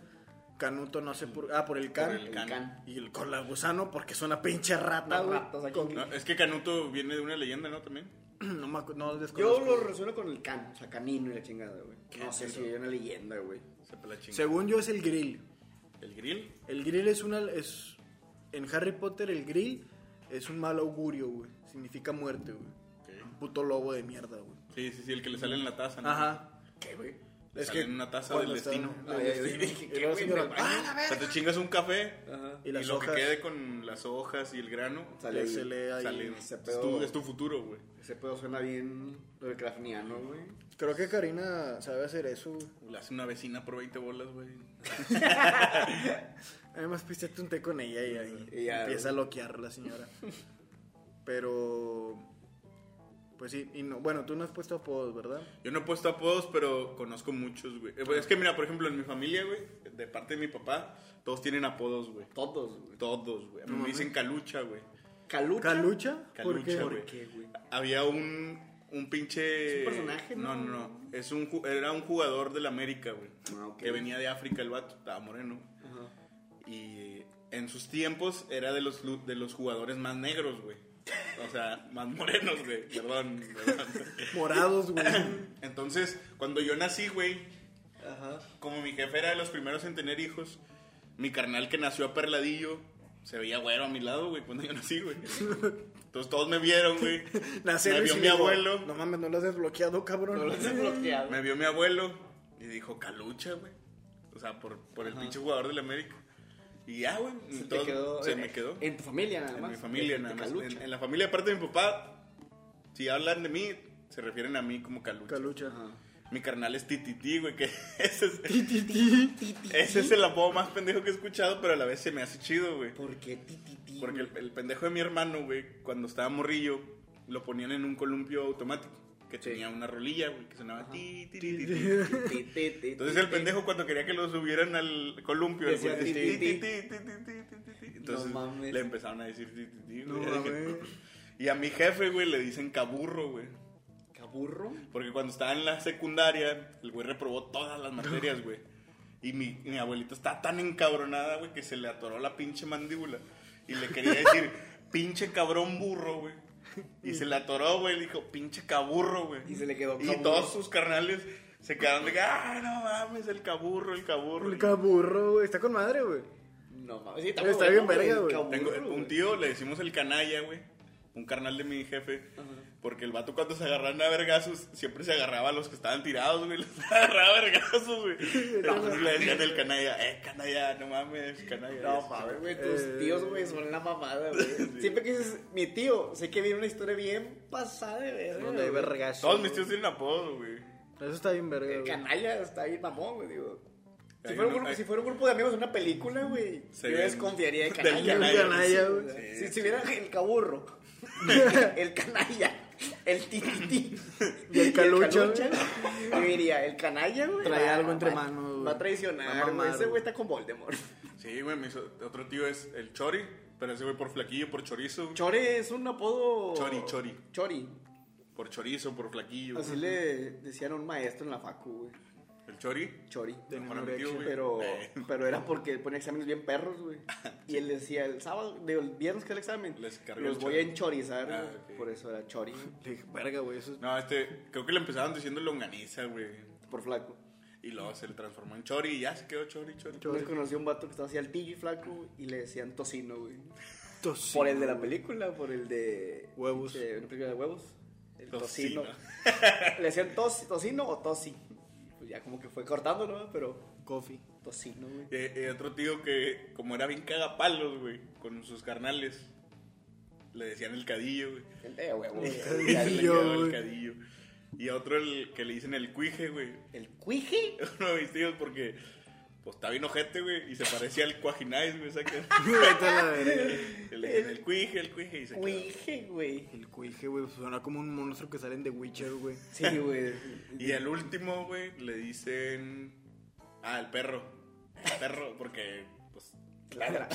[SPEAKER 3] Canuto no sé por ah por el can.
[SPEAKER 4] el
[SPEAKER 5] El
[SPEAKER 4] can.
[SPEAKER 5] can.
[SPEAKER 3] Y el cola gusano porque es una pinche rata,
[SPEAKER 5] Las
[SPEAKER 3] güey.
[SPEAKER 5] ratas aquí.
[SPEAKER 3] Con-
[SPEAKER 4] No, es que Canuto viene de una leyenda, ¿no? También.
[SPEAKER 3] No, me acu- no
[SPEAKER 5] Yo
[SPEAKER 3] desconozco.
[SPEAKER 5] lo resuelvo con el can, o sea, canino y la chingada, güey. No sé
[SPEAKER 4] chido.
[SPEAKER 5] si es una leyenda, güey.
[SPEAKER 4] Se pela chinga.
[SPEAKER 3] Según yo es el grill.
[SPEAKER 4] El grill.
[SPEAKER 3] El grill es una es en Harry Potter el grill es un mal augurio, güey. Significa muerte, güey. Un puto lobo de mierda, güey.
[SPEAKER 4] Sí, sí, sí, el que le sale en la taza, ¿no?
[SPEAKER 3] Ajá.
[SPEAKER 5] ¿Qué, güey?
[SPEAKER 4] Le sale en una taza del
[SPEAKER 3] cuando está-
[SPEAKER 4] destino.
[SPEAKER 3] Ah, ya, ya dije,
[SPEAKER 5] ¿Qué,
[SPEAKER 3] y luego
[SPEAKER 5] güey?
[SPEAKER 3] se llora,
[SPEAKER 5] Me
[SPEAKER 3] ¡Ah, la
[SPEAKER 4] O sea, te chingas un café
[SPEAKER 5] Ajá.
[SPEAKER 4] y,
[SPEAKER 3] Y las
[SPEAKER 4] lo
[SPEAKER 3] hojas.
[SPEAKER 4] que quede con las hojas y el grano
[SPEAKER 5] Sale ahí.
[SPEAKER 3] se lee ahí.
[SPEAKER 4] sale.
[SPEAKER 5] ese
[SPEAKER 4] Es
[SPEAKER 5] pedo.
[SPEAKER 4] tu, es tu futuro, güey.
[SPEAKER 5] Ese pedo suena bien lo de Krafniano, güey.
[SPEAKER 3] Creo que Karina sabe hacer eso. güey.
[SPEAKER 4] Le hace una vecina por 20 bolas, güey.
[SPEAKER 3] Además, pisteaste un té con ella y ahí
[SPEAKER 5] Y ya,
[SPEAKER 3] empieza a
[SPEAKER 5] güey.
[SPEAKER 3] loquear la señora. Pero. Pues sí, y no, bueno, tú no has puesto apodos, ¿verdad?
[SPEAKER 4] Yo no he puesto apodos, pero conozco muchos, güey. Eh, pues, Es que mira, por ejemplo, en mi familia, güey, de parte de mi papá, todos tienen apodos, güey.
[SPEAKER 5] Todos, güey.
[SPEAKER 4] Todos, güey. A mí me dicen calucha, güey.
[SPEAKER 5] Calucha.
[SPEAKER 3] ¿Calucha? ¿Por qué?
[SPEAKER 4] Calucha, güey.
[SPEAKER 5] qué, güey?
[SPEAKER 4] Había un, un pinche...
[SPEAKER 5] Es un personaje, ¿no?
[SPEAKER 4] No, no, no. Es un, ju- era un jugador del América, güey.
[SPEAKER 5] Ah, ok.
[SPEAKER 4] Que venía de África el vato, estaba moreno. Y en sus tiempos era de los, lu- de los jugadores más negros, güey. O sea, más morenos, güey. Perdón, perdón.
[SPEAKER 3] Morados, güey.
[SPEAKER 4] Entonces, cuando yo nací, güey, como mi jefe era de los primeros en tener hijos, mi carnal que nació a Perladillo se veía güero a mi lado, güey, cuando yo nací, güey. Entonces todos me vieron, güey.
[SPEAKER 3] Nacer
[SPEAKER 4] me
[SPEAKER 3] y
[SPEAKER 4] vio
[SPEAKER 3] sí
[SPEAKER 4] mi
[SPEAKER 3] digo,
[SPEAKER 4] abuelo.
[SPEAKER 3] No mames, no lo has desbloqueado, cabrón.
[SPEAKER 5] No lo has bloqueado.
[SPEAKER 4] Me vio mi abuelo y dijo, calucha, güey. O sea, por, por el pinche jugador del América. Y ya, güey.
[SPEAKER 5] Se, te
[SPEAKER 4] todo-
[SPEAKER 5] quedó,
[SPEAKER 4] se
[SPEAKER 5] en-
[SPEAKER 4] me quedó.
[SPEAKER 5] En tu familia, nada
[SPEAKER 4] En
[SPEAKER 5] más.
[SPEAKER 4] mi familia,
[SPEAKER 5] Te
[SPEAKER 4] nada más.
[SPEAKER 5] Calucha.
[SPEAKER 4] En, en la familia, aparte de mi papá, si hablan de mí, se refieren a mí como calucha.
[SPEAKER 3] Calucha.
[SPEAKER 4] Mi carnal es Tititi, güey, que ese es, ese es el apodo más pendejo que he escuchado, pero a la vez se me hace chido, güey.
[SPEAKER 5] ¿Por qué ti, ti, ti,
[SPEAKER 4] Porque
[SPEAKER 5] güey?
[SPEAKER 4] el, el pendejo de mi hermano, güey, cuando estaba morrillo, lo ponían en un columpio automático, que
[SPEAKER 5] Sí.
[SPEAKER 4] tenía una rolilla, güey, que sonaba ti, ti, ti, ti, ti.
[SPEAKER 5] Ti, ti, ti,
[SPEAKER 4] Entonces
[SPEAKER 5] ti,
[SPEAKER 4] el
[SPEAKER 5] ti.
[SPEAKER 4] pendejo cuando quería que lo subieran al columpio, el
[SPEAKER 5] Decía
[SPEAKER 4] güey,
[SPEAKER 5] ti,
[SPEAKER 4] ti,
[SPEAKER 5] ti,
[SPEAKER 4] ti, ti, ti, ti, ti, ti, ti. entonces
[SPEAKER 5] No mames.
[SPEAKER 4] le empezaron a decir ti, ti, ti, güey.
[SPEAKER 3] No
[SPEAKER 4] Ya dije,
[SPEAKER 3] mames.
[SPEAKER 4] Y a mi jefe, güey, le dicen caburro, güey.
[SPEAKER 5] ¿Caburro?
[SPEAKER 4] Porque cuando estaba en la secundaria, el güey reprobó todas las materias, güey. Y mi, mi abuelita estaba tan encabronada, güey, que se le atoró la pinche mandíbula. Y le quería decir, pinche cabrón burro, güey. Y se le atoró, güey, le dijo, pinche caburro, güey.
[SPEAKER 5] Y se le quedó
[SPEAKER 4] Y
[SPEAKER 5] caburro.
[SPEAKER 4] todos sus carnales se quedaron de que, ah, no mames, el caburro, el caburro.
[SPEAKER 3] El caburro, güey. Está con madre, güey.
[SPEAKER 5] No, mames. Sí,
[SPEAKER 3] Está
[SPEAKER 5] bueno,
[SPEAKER 3] bien
[SPEAKER 5] güey,
[SPEAKER 3] verga,
[SPEAKER 5] el
[SPEAKER 3] güey.
[SPEAKER 5] caburro,
[SPEAKER 4] Tengo
[SPEAKER 5] güey.
[SPEAKER 4] un tío, le decimos el canalla, güey. Un carnal de mi jefe. Porque el vato cuando se agarraban a vergazos, siempre se agarraba a los que estaban tirados, güey. Los agarraba a vergazos, güey. Entonces le decían el canalla, eh, canalla, no mames, canalla.
[SPEAKER 5] No mames, güey, tus
[SPEAKER 3] Eh.
[SPEAKER 5] tíos, güey, son la mamada, güey. Siempre que dices, mi tío, sé que viene una historia bien pasada de verga.
[SPEAKER 3] Donde hay
[SPEAKER 5] güey.
[SPEAKER 3] vergazo.
[SPEAKER 4] Todos mis tíos tienen apodo, güey.
[SPEAKER 3] Eso está bien verga,
[SPEAKER 5] El
[SPEAKER 3] güey.
[SPEAKER 5] canalla está bien mamón, güey, digo. Si
[SPEAKER 4] Hay
[SPEAKER 5] fuera, un
[SPEAKER 4] uno-
[SPEAKER 5] grupo,
[SPEAKER 4] hay-
[SPEAKER 5] si fuera un grupo de amigos en una película, güey,
[SPEAKER 4] Sí,
[SPEAKER 5] yo
[SPEAKER 4] bien.
[SPEAKER 5] desconfiaría de
[SPEAKER 4] Del
[SPEAKER 5] Eh, canalla.
[SPEAKER 4] canalla,
[SPEAKER 5] güey.
[SPEAKER 3] canalla,
[SPEAKER 5] Sí,
[SPEAKER 3] güey.
[SPEAKER 5] o sea,
[SPEAKER 4] Sí,
[SPEAKER 5] si
[SPEAKER 4] sí.
[SPEAKER 5] tuviera el caburro, el canalla, el tititi
[SPEAKER 3] Y el calucha,
[SPEAKER 5] yo diría, el canalla, güey.
[SPEAKER 3] Trae
[SPEAKER 5] va-
[SPEAKER 3] algo entre
[SPEAKER 5] va-
[SPEAKER 3] manos, güey.
[SPEAKER 5] Va a
[SPEAKER 3] Va a
[SPEAKER 5] traicionar,
[SPEAKER 3] mamar,
[SPEAKER 5] güey. Ese
[SPEAKER 3] güey.
[SPEAKER 5] güey está con Voldemort.
[SPEAKER 4] Sí, güey, mi so- otro tío es el chori. Pero ese güey por flaquillo, por chorizo.
[SPEAKER 5] Chore es un apodo.
[SPEAKER 4] Chori, chori.
[SPEAKER 5] Chori.
[SPEAKER 4] Por chorizo, por flaquillo.
[SPEAKER 5] Así le decían a un maestro en la facu, güey.
[SPEAKER 4] El chori.
[SPEAKER 5] Chori.
[SPEAKER 4] Tenía
[SPEAKER 5] Mejor
[SPEAKER 4] anorexia,
[SPEAKER 5] amigo,
[SPEAKER 4] güey.
[SPEAKER 5] pero,
[SPEAKER 4] Eh. Ah,
[SPEAKER 5] pero era porque él ponía exámenes bien perros, güey. Y él decía, el sábado, digo, el viernes que era el examen,
[SPEAKER 4] Les cargó
[SPEAKER 5] los
[SPEAKER 4] el
[SPEAKER 5] voy a
[SPEAKER 4] chori.
[SPEAKER 5] enchorizar.
[SPEAKER 4] Ah,
[SPEAKER 5] güey.
[SPEAKER 4] ok.
[SPEAKER 5] Por eso era chori, güey,
[SPEAKER 3] Le dije, verga, güey. Eso es...
[SPEAKER 4] No, este, creo que le empezaban diciendo longaniza, güey.
[SPEAKER 5] por flaco.
[SPEAKER 4] Y luego se le transformó en chori y ya se quedó chori, chori.
[SPEAKER 5] Yo conocí a un vato que estaba así altillo y flaco güey, y le decían tocino, güey.
[SPEAKER 3] Tocino,
[SPEAKER 5] por el de la película, por el de...
[SPEAKER 3] Huevos.
[SPEAKER 5] pinche, una película de huevos. El tocino.
[SPEAKER 4] Tocino.
[SPEAKER 5] le decían tos- tocino o tosi. Pues ya como que fue cortándolo, ¿no? Pero
[SPEAKER 3] Coffee.
[SPEAKER 5] tocino, güey.
[SPEAKER 4] Eh, eh, otro tío que, como era bien cagapalos, güey, con sus carnales, le decían el cadillo, güey.
[SPEAKER 5] El de huevos.
[SPEAKER 4] Y se le
[SPEAKER 3] Cadillo,
[SPEAKER 4] quedó el
[SPEAKER 3] güey.
[SPEAKER 4] cadillo. Y a otro el que le dicen el cuije, güey.
[SPEAKER 5] ¿El cuije?
[SPEAKER 4] Uno de mis tíos porque pues está bien ojete, güey, y se parecía al cuajinais, güey, saca.
[SPEAKER 3] Vete a la verga.
[SPEAKER 4] Que le dicen el cuije, el cuije y se quedó.
[SPEAKER 5] Cuije, güey.
[SPEAKER 3] El cuije, güey, suena como un monstruo que sale en The Witcher, güey.
[SPEAKER 5] Sí, güey.
[SPEAKER 4] Y el último, güey, le dicen ah, el perro. El perro porque pues
[SPEAKER 5] Ladra.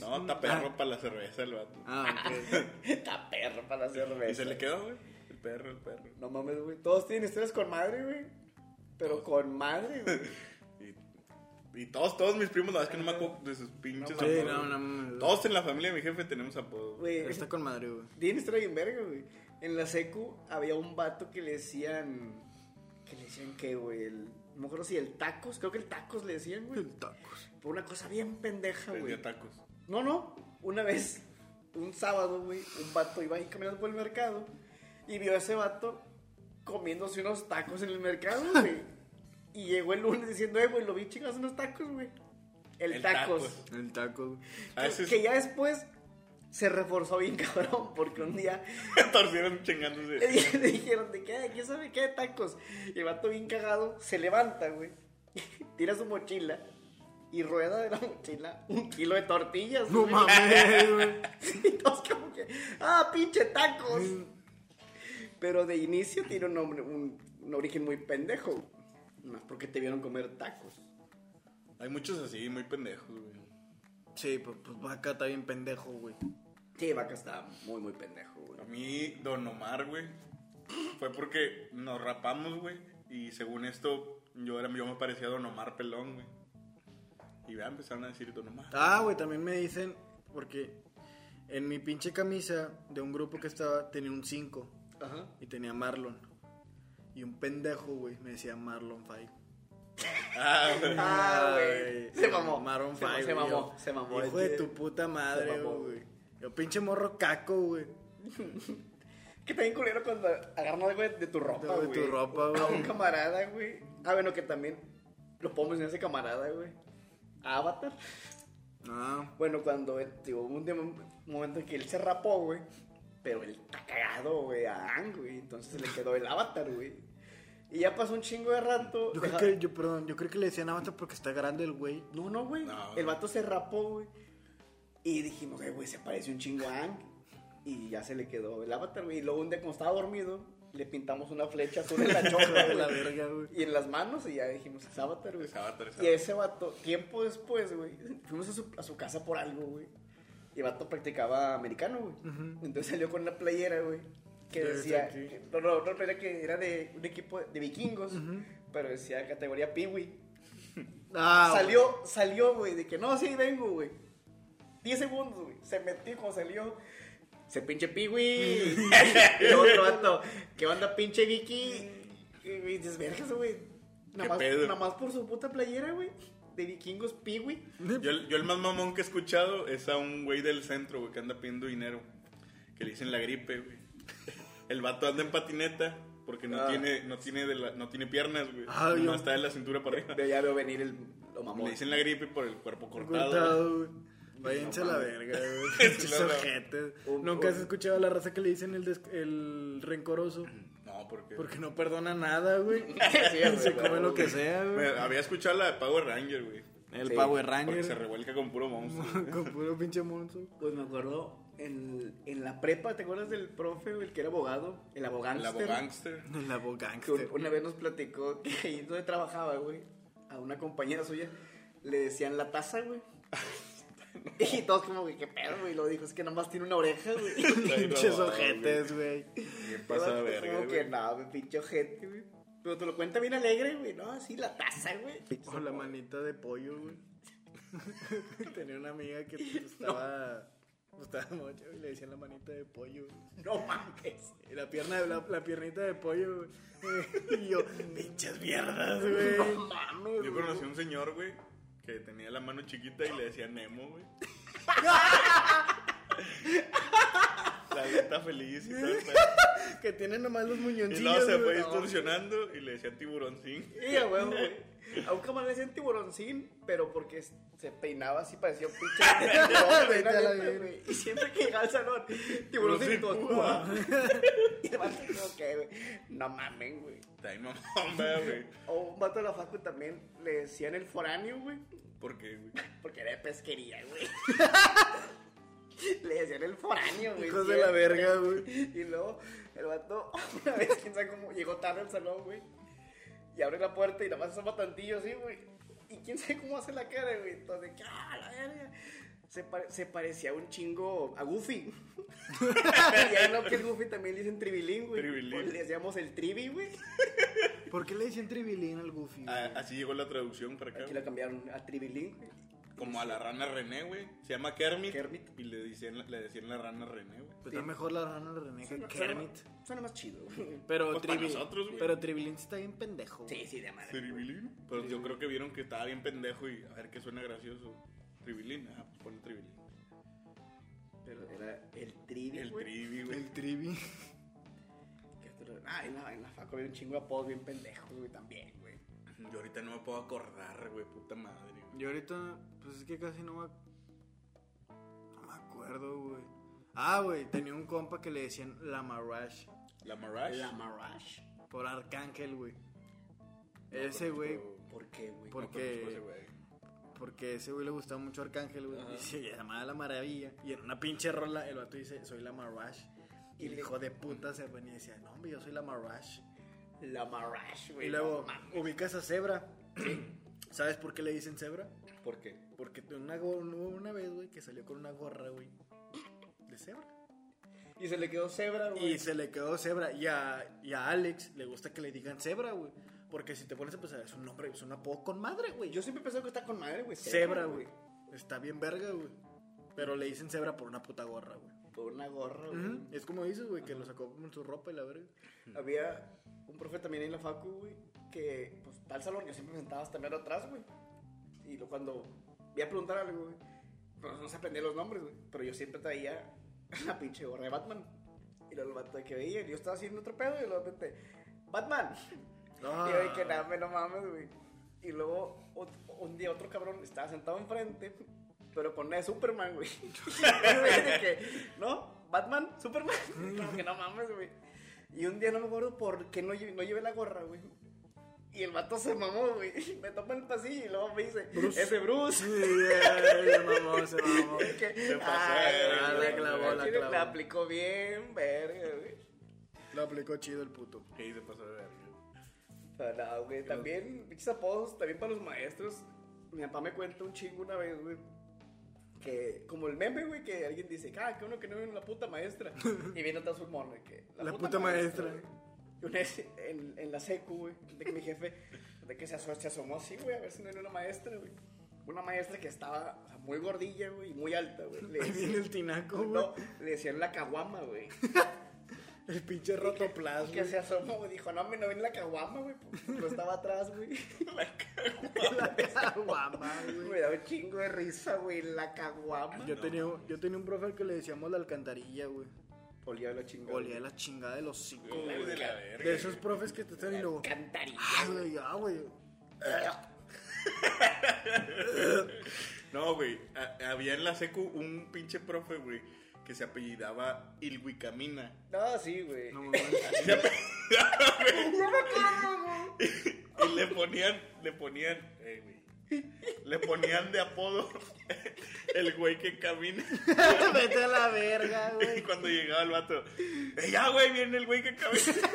[SPEAKER 4] no, está perro para la cerveza el vato.
[SPEAKER 3] Ah, ok.
[SPEAKER 5] Está perro para la cerveza.
[SPEAKER 4] Y se le quedó, güey. El perro, el perro.
[SPEAKER 5] No mames, güey. Todos tienen historias con madre, güey. Pero con madre, güey.
[SPEAKER 4] Y, y todos, todos mis primos, la verdad es que no me acuerdo de sus pinches
[SPEAKER 3] Sí,
[SPEAKER 4] apodos,
[SPEAKER 3] no,
[SPEAKER 4] güey.
[SPEAKER 3] no, mames.
[SPEAKER 4] Todos en la familia de mi jefe tenemos apodos. güey.
[SPEAKER 5] Güey,
[SPEAKER 3] Está con madre, güey.
[SPEAKER 5] Tiene historia bien verga, güey. En la secu había un vato que le decían. ¿Qué le decían qué, güey? El, no me acuerdo si el tacos. Creo que el tacos le decían, güey.
[SPEAKER 3] Tacos.
[SPEAKER 5] Por una cosa bien pendeja, güey.
[SPEAKER 4] Vendía tacos.
[SPEAKER 5] No, no. Una vez, un sábado, güey, un vato iba ahí caminando por el mercado y vio a ese vato comiéndose unos tacos en el mercado, güey. y llegó el lunes diciendo, eh, güey, lo vi chingados unos tacos, güey. El,
[SPEAKER 4] El
[SPEAKER 5] tacos.
[SPEAKER 4] tacos.
[SPEAKER 3] El taco, Ah, güey.
[SPEAKER 4] A
[SPEAKER 5] Que-
[SPEAKER 4] veces
[SPEAKER 5] Que ya después se reforzó bien, cabrón, porque un día
[SPEAKER 4] torcieron
[SPEAKER 5] le,
[SPEAKER 4] chingándose.
[SPEAKER 5] di- le dijeron, ¿de qué? ¿Quién sabe qué? Tacos. Y el vato bien cagado se levanta, güey. Tira su mochila y rueda de la mochila un kilo de tortillas.
[SPEAKER 3] No
[SPEAKER 5] güey.
[SPEAKER 3] mames, güey.
[SPEAKER 5] Y todos como que, ¡ah, pinche tacos!
[SPEAKER 3] Mm.
[SPEAKER 5] Pero de inicio tiene un, nombre, un, un origen muy pendejo. Más porque te vieron comer tacos.
[SPEAKER 4] Hay muchos así, muy pendejos, güey.
[SPEAKER 3] Sí, pues, pues vaca está bien pendejo, güey.
[SPEAKER 5] Sí, vaca está muy, muy pendejo, güey.
[SPEAKER 4] A mí, Don Omar, güey, fue porque nos rapamos, güey. Y según esto, yo, era, yo me parecía Don Omar pelón, güey. Y ya empezaron a decir Don Omar.
[SPEAKER 3] Ah, güey, también me dicen, porque en mi pinche camisa de un grupo que estaba tenía un 5
[SPEAKER 5] Ajá.
[SPEAKER 3] y tenía Marlon. Y un pendejo, güey, me decía Marlon Five.
[SPEAKER 4] Ah, güey.
[SPEAKER 5] Ah, güey.
[SPEAKER 3] Ay,
[SPEAKER 5] Se mamó.
[SPEAKER 3] Marlon
[SPEAKER 5] se, ma-
[SPEAKER 3] Five.
[SPEAKER 5] se
[SPEAKER 3] güey,
[SPEAKER 5] mamó.
[SPEAKER 3] yo,
[SPEAKER 5] Se mamó.
[SPEAKER 3] Hijo de tu puta madre,
[SPEAKER 5] Se mamó.
[SPEAKER 3] güey. Yo pinche morro caco, güey.
[SPEAKER 5] Que también culero cuando agarran algo de, de tu ropa,
[SPEAKER 3] De
[SPEAKER 5] güey.
[SPEAKER 3] tu ropa, güey.
[SPEAKER 5] A un camarada, güey. Ah, bueno, que también lo podemos mencionar a ese camarada, güey. Avatar.
[SPEAKER 3] No.
[SPEAKER 5] Bueno, cuando eh, digo, hubo un, día- un momento en que él se rapó, güey. Pero él está cagado, güey, a Ang, güey. Entonces se le quedó el avatar, güey. Y ya pasó un chingo de rato.
[SPEAKER 3] Yo
[SPEAKER 5] deja-
[SPEAKER 3] creo que, yo, perdón, yo creo que le decían avatar porque está grande el güey.
[SPEAKER 5] No, no, güey.
[SPEAKER 4] No,
[SPEAKER 5] el
[SPEAKER 4] no.
[SPEAKER 5] vato se rapó, güey. Y dijimos, "Eh, güey, se parece un chingo a Ang. Y ya se le quedó el avatar, güey. Y luego un día, como estaba dormido, le pintamos una flecha azul en la choca,
[SPEAKER 3] De
[SPEAKER 5] güey.
[SPEAKER 3] la verga, güey.
[SPEAKER 5] Y en las manos, y ya dijimos, es avatar, güey.
[SPEAKER 4] Es Avatar, es
[SPEAKER 5] Y ese vato, tiempo después, güey, fuimos a su, a su casa por algo, güey. Y el vato practicaba americano, güey. Entonces salió con una playera, güey. Que
[SPEAKER 3] De
[SPEAKER 5] decía,
[SPEAKER 3] Kentucky.
[SPEAKER 5] que- no, no, no, playera que era de un equipo de vikingos, pero decía categoría piwi.
[SPEAKER 3] Ah, güey.
[SPEAKER 5] salió, salió, güey, de que no, sí, vengo, güey. 10 segundos, güey. Se metió cuando salió. Se pinche piwi. y otro vato, ¿qué onda, pinche Vicky? Y y dices, vergas, güey. Nada
[SPEAKER 4] ¿Qué
[SPEAKER 5] más,
[SPEAKER 4] pedo?
[SPEAKER 5] nada más por su puta playera, güey. De vikingos piwi.
[SPEAKER 4] Yo, el- yo el más mamón que he escuchado es a un güey del centro, güey, que anda pidiendo dinero. Que le dicen la gripe, güey. El vato anda en patineta porque no
[SPEAKER 5] Ah.
[SPEAKER 4] tiene, no tiene, de la- no tiene piernas, güey.
[SPEAKER 3] Ah,
[SPEAKER 4] no
[SPEAKER 3] yo-
[SPEAKER 4] está de la cintura para arriba.
[SPEAKER 5] Pero ya veo venir el, lo
[SPEAKER 4] Le
[SPEAKER 5] mamón.
[SPEAKER 4] dicen la gripe por el cuerpo cortado. güey.
[SPEAKER 3] Cortado, güey. Váyanse a la verga, güey. Pinches
[SPEAKER 4] no, no.
[SPEAKER 3] ojetes.
[SPEAKER 5] Un-
[SPEAKER 3] Nunca has
[SPEAKER 5] un-
[SPEAKER 3] escuchado la raza que le dicen el, des- el rencoroso.
[SPEAKER 4] No, porque.
[SPEAKER 3] Porque no perdona nada, güey.
[SPEAKER 5] Sí, güey,
[SPEAKER 3] Se come
[SPEAKER 5] güey.
[SPEAKER 3] lo que sea,
[SPEAKER 4] Me-
[SPEAKER 3] güey.
[SPEAKER 4] había escuchado la de Power Ranger, güey.
[SPEAKER 3] El
[SPEAKER 5] Sí,
[SPEAKER 3] Power
[SPEAKER 4] Porque se
[SPEAKER 3] Ranger.
[SPEAKER 4] revuelca con puro monstruo.
[SPEAKER 3] Con puro pinche monstruo.
[SPEAKER 5] Pues me acuerdo en, en la prepa, ¿te acuerdas del profe, güey, el que era abogado? El abogánster.
[SPEAKER 4] El abogánster.
[SPEAKER 3] El abo
[SPEAKER 5] Que
[SPEAKER 4] Este,
[SPEAKER 5] un- una vez nos platicó que ahí donde trabajaba, güey, a una compañera suya le decían la taza, güey. Y todos como que qué pedo, güey. Lo dijo, es que nomás tiene una oreja, güey.
[SPEAKER 3] Pinches
[SPEAKER 4] no,
[SPEAKER 3] ojetes, güey.
[SPEAKER 4] Bien pasada
[SPEAKER 5] Como
[SPEAKER 4] verga,
[SPEAKER 5] que
[SPEAKER 4] güey.
[SPEAKER 5] no, me pinche gente, güey. Pero te lo cuenta bien alegre, güey. No, así la taza, güey.
[SPEAKER 3] O la manita de pollo, güey. Tenía una amiga que pues, estaba. Gustaba mucho y le decían la manita de pollo. güey.
[SPEAKER 5] No mames.
[SPEAKER 3] Y la pierna, la, la piernita de pollo, güey. Y yo, pinches mierdas, güey.
[SPEAKER 5] No mames,
[SPEAKER 4] Yo
[SPEAKER 5] güey.
[SPEAKER 4] conocí a un señor, güey, que tenía la mano chiquita y le decía Nemo, güey. La aleta feliz y todo el pedo.
[SPEAKER 5] Que tienen nomás los
[SPEAKER 4] Y
[SPEAKER 5] muñoncillos.
[SPEAKER 4] luego se
[SPEAKER 5] güey,
[SPEAKER 4] fue
[SPEAKER 5] no.
[SPEAKER 4] distorsionando y le decían tiburoncín.
[SPEAKER 5] Sí, a huevo, güey. A un camarón le decían tiburoncín, pero porque s- se peinaba así, parecía un pinche. tiburón, güey,
[SPEAKER 3] Vete a la
[SPEAKER 5] neta,
[SPEAKER 3] verga.
[SPEAKER 5] güey. Y siempre que llegaba al salón, tiburoncín,
[SPEAKER 4] Tiburoncín, púa.
[SPEAKER 5] todo. Y el vato, como que, güey, no mamen, güey.
[SPEAKER 4] Está ahí mamón, vea, güey.
[SPEAKER 5] O un vato de la facu también le decían el foráneo, güey,
[SPEAKER 4] ¿Por qué, güey?
[SPEAKER 5] porque era de pesquería, güey. Le decían el foráneo, güey.
[SPEAKER 3] Hijos de la
[SPEAKER 5] siempre.
[SPEAKER 3] verga, güey.
[SPEAKER 5] Y luego el vato, una vez, quién sabe cómo, llegó tarde al salón, güey. Y abre la puerta y nada más asoma tantillo así, güey. Y quién sabe cómo hace la cara, güey. Entonces, ¿qué? ¡Ah, la verga! Se, pare- se parecía un chingo a Goofy. y ahí no, que el Goofy también le dicen tribilín, güey.
[SPEAKER 4] Tribilín.
[SPEAKER 5] Pues le decíamos el trivi, güey.
[SPEAKER 3] ¿Por qué le dicen tribilín al Goofy? güey?
[SPEAKER 4] Ah, así llegó la traducción para acá.
[SPEAKER 5] Aquí lo cambiaron a tribilín, güey.
[SPEAKER 4] Como a la rana René, güey. Se llama Kermit.
[SPEAKER 5] Kermit.
[SPEAKER 4] Y le decían, la- le decían la rana René, güey.
[SPEAKER 3] Pues está mejor la rana de René que
[SPEAKER 5] Suena-
[SPEAKER 3] Kermit.
[SPEAKER 5] Suena, suena más chido, güey.
[SPEAKER 3] Pero,
[SPEAKER 4] Pues para
[SPEAKER 3] Trivi-
[SPEAKER 4] nosotros, güey.
[SPEAKER 3] pero Tribilín sí está bien pendejo. güey.
[SPEAKER 5] Sí, sí, de madre.
[SPEAKER 4] Tribilín. Pero yo creo que vieron que estaba bien pendejo y a ver qué suena gracioso. Tribilín. Ah, pues ponle Tribilín.
[SPEAKER 5] Pero era el trivi,
[SPEAKER 4] El
[SPEAKER 5] güey.
[SPEAKER 4] Trivi, güey.
[SPEAKER 3] El Trivi.
[SPEAKER 5] Que esto lo- Ah, en la, en la faco había un chingo de apodos bien pendejos, güey, también, güey.
[SPEAKER 4] Yo ahorita no me puedo acordar, güey. Puta madre, güey.
[SPEAKER 3] Yo ahorita, pues es que casi no me, no me acuerdo, güey. Ah, güey, tenía un compa que le decían La Marash
[SPEAKER 4] La Marash.
[SPEAKER 5] La Marash.
[SPEAKER 3] por Arcángel, güey. Ese güey,
[SPEAKER 5] ¿Por qué, güey?
[SPEAKER 3] Por-
[SPEAKER 4] No conozco a ese
[SPEAKER 3] porque-
[SPEAKER 4] güey.
[SPEAKER 3] porque ese güey le gustaba mucho Arcángel, güey. Y se llamaba La Maravilla. Y en una pinche rola el vato dice, soy La Marash. Y el hijo de puta se venía y decía, no, hombre, yo soy La Marash.
[SPEAKER 5] La Marash, güey.
[SPEAKER 3] Y luego
[SPEAKER 5] no mames.
[SPEAKER 3] ubicas a Zebra. ¿Sabes por qué le dicen Zebra?
[SPEAKER 4] ¿Por qué?
[SPEAKER 3] Porque una, go- hubo una vez, güey, que salió con una gorra, güey, de Zebra.
[SPEAKER 5] Y se le quedó cebra, güey.
[SPEAKER 3] Y se le quedó Zebra. Y a, y a Alex le gusta que le digan Zebra, güey. Porque si te pones a pensar, es un nombre, es un apodo con madre, güey.
[SPEAKER 5] Yo siempre he pensado que está con madre, güey.
[SPEAKER 3] Zebra, güey. Está bien verga, güey. Pero le dicen Zebra por una puta gorra, güey.
[SPEAKER 5] Por una gorra, güey.
[SPEAKER 3] Ujú. Es como dices, güey, que lo sacó con su ropa y la verga.
[SPEAKER 5] Había un profe también en la facu, güey, que pues tal salón yo siempre me sentaba hasta mero atrás, güey. Y lo, cuando voy a preguntar algo, güey, pero no se aprendía los nombres, güey. Pero yo siempre traía la pinche gorra de Batman. Y luego el vato de que veía, yo estaba haciendo otro pedo y luego de repente, Batman.
[SPEAKER 3] Ah.
[SPEAKER 5] Y yo de que nada, me no mames, güey. Y luego ot- un día otro cabrón estaba sentado enfrente, pero con una de Superman, güey. De que, ¿No? Batman, Superman. Como que no mames, güey. Y un día no me acuerdo por qué no llevé, no llevé la gorra, güey. Y el vato se mamó, güey. Me toma en el pasillo y luego me dice, ese Bruce.
[SPEAKER 3] se mamó, se mamó.
[SPEAKER 5] Y que, "Ah,
[SPEAKER 4] Se pasó,
[SPEAKER 5] "Ay,
[SPEAKER 4] eh,
[SPEAKER 5] güey,
[SPEAKER 4] la
[SPEAKER 5] güey,
[SPEAKER 3] clavó, la
[SPEAKER 5] chile,
[SPEAKER 3] clavó".
[SPEAKER 5] la aplicó bien, verga, güey.
[SPEAKER 3] Lo aplicó chido el puto.
[SPEAKER 4] ¿Qué se pasó de verga?
[SPEAKER 5] Pero no, güey, también, pinches apodos, también para los maestros. Mi papá me cuenta un chingo una vez, güey. Que, como el meme, güey, que alguien dice, ah, que uno que no viene la puta maestra. y viene atrás un mono, de que.
[SPEAKER 3] La puta maestra.
[SPEAKER 5] güey. Y una vez en, en la secu, güey, de que mi jefe, de que se, aso- se asomó así, güey, a ver si no era una maestra, güey. Una maestra que estaba o sea, muy gordilla, güey, y muy alta, güey. Le
[SPEAKER 3] Ahí viene
[SPEAKER 5] decían,
[SPEAKER 3] el tinaco, güey.
[SPEAKER 5] no, le decían la caguama, güey.
[SPEAKER 3] El pinche rotoplas,
[SPEAKER 5] Que
[SPEAKER 3] güey.
[SPEAKER 5] se asomó, güey. Dijo, no, me no viene la caguama, güey. Yo estaba atrás, güey. La caguama.
[SPEAKER 3] Guama, güey.
[SPEAKER 5] Me da un chingo de risa, güey. La caguama.
[SPEAKER 3] Yo, tenía, yo tenía un profe al que le decíamos la alcantarilla, güey.
[SPEAKER 5] Olía la chingada.
[SPEAKER 3] Olía la chingada de los cinco,
[SPEAKER 4] Uy, de
[SPEAKER 3] güey.
[SPEAKER 4] la verga.
[SPEAKER 3] De esos profes que te están y luego.
[SPEAKER 5] Cantarilla.
[SPEAKER 3] Ah, güey, ah, güey.
[SPEAKER 4] No, güey. a- Había en la secu un pinche profe, güey, que se apellidaba Ilwicamina.
[SPEAKER 5] No, sí, güey.
[SPEAKER 3] No, mames.
[SPEAKER 4] Y le ponían, le ponían, eh, güey. Le ponían de apodo el güey que camina.
[SPEAKER 3] Vete a la verga,
[SPEAKER 4] Y
[SPEAKER 3] güey.
[SPEAKER 4] cuando llegaba el vato, "Eh, ya, güey, viene el güey que camina.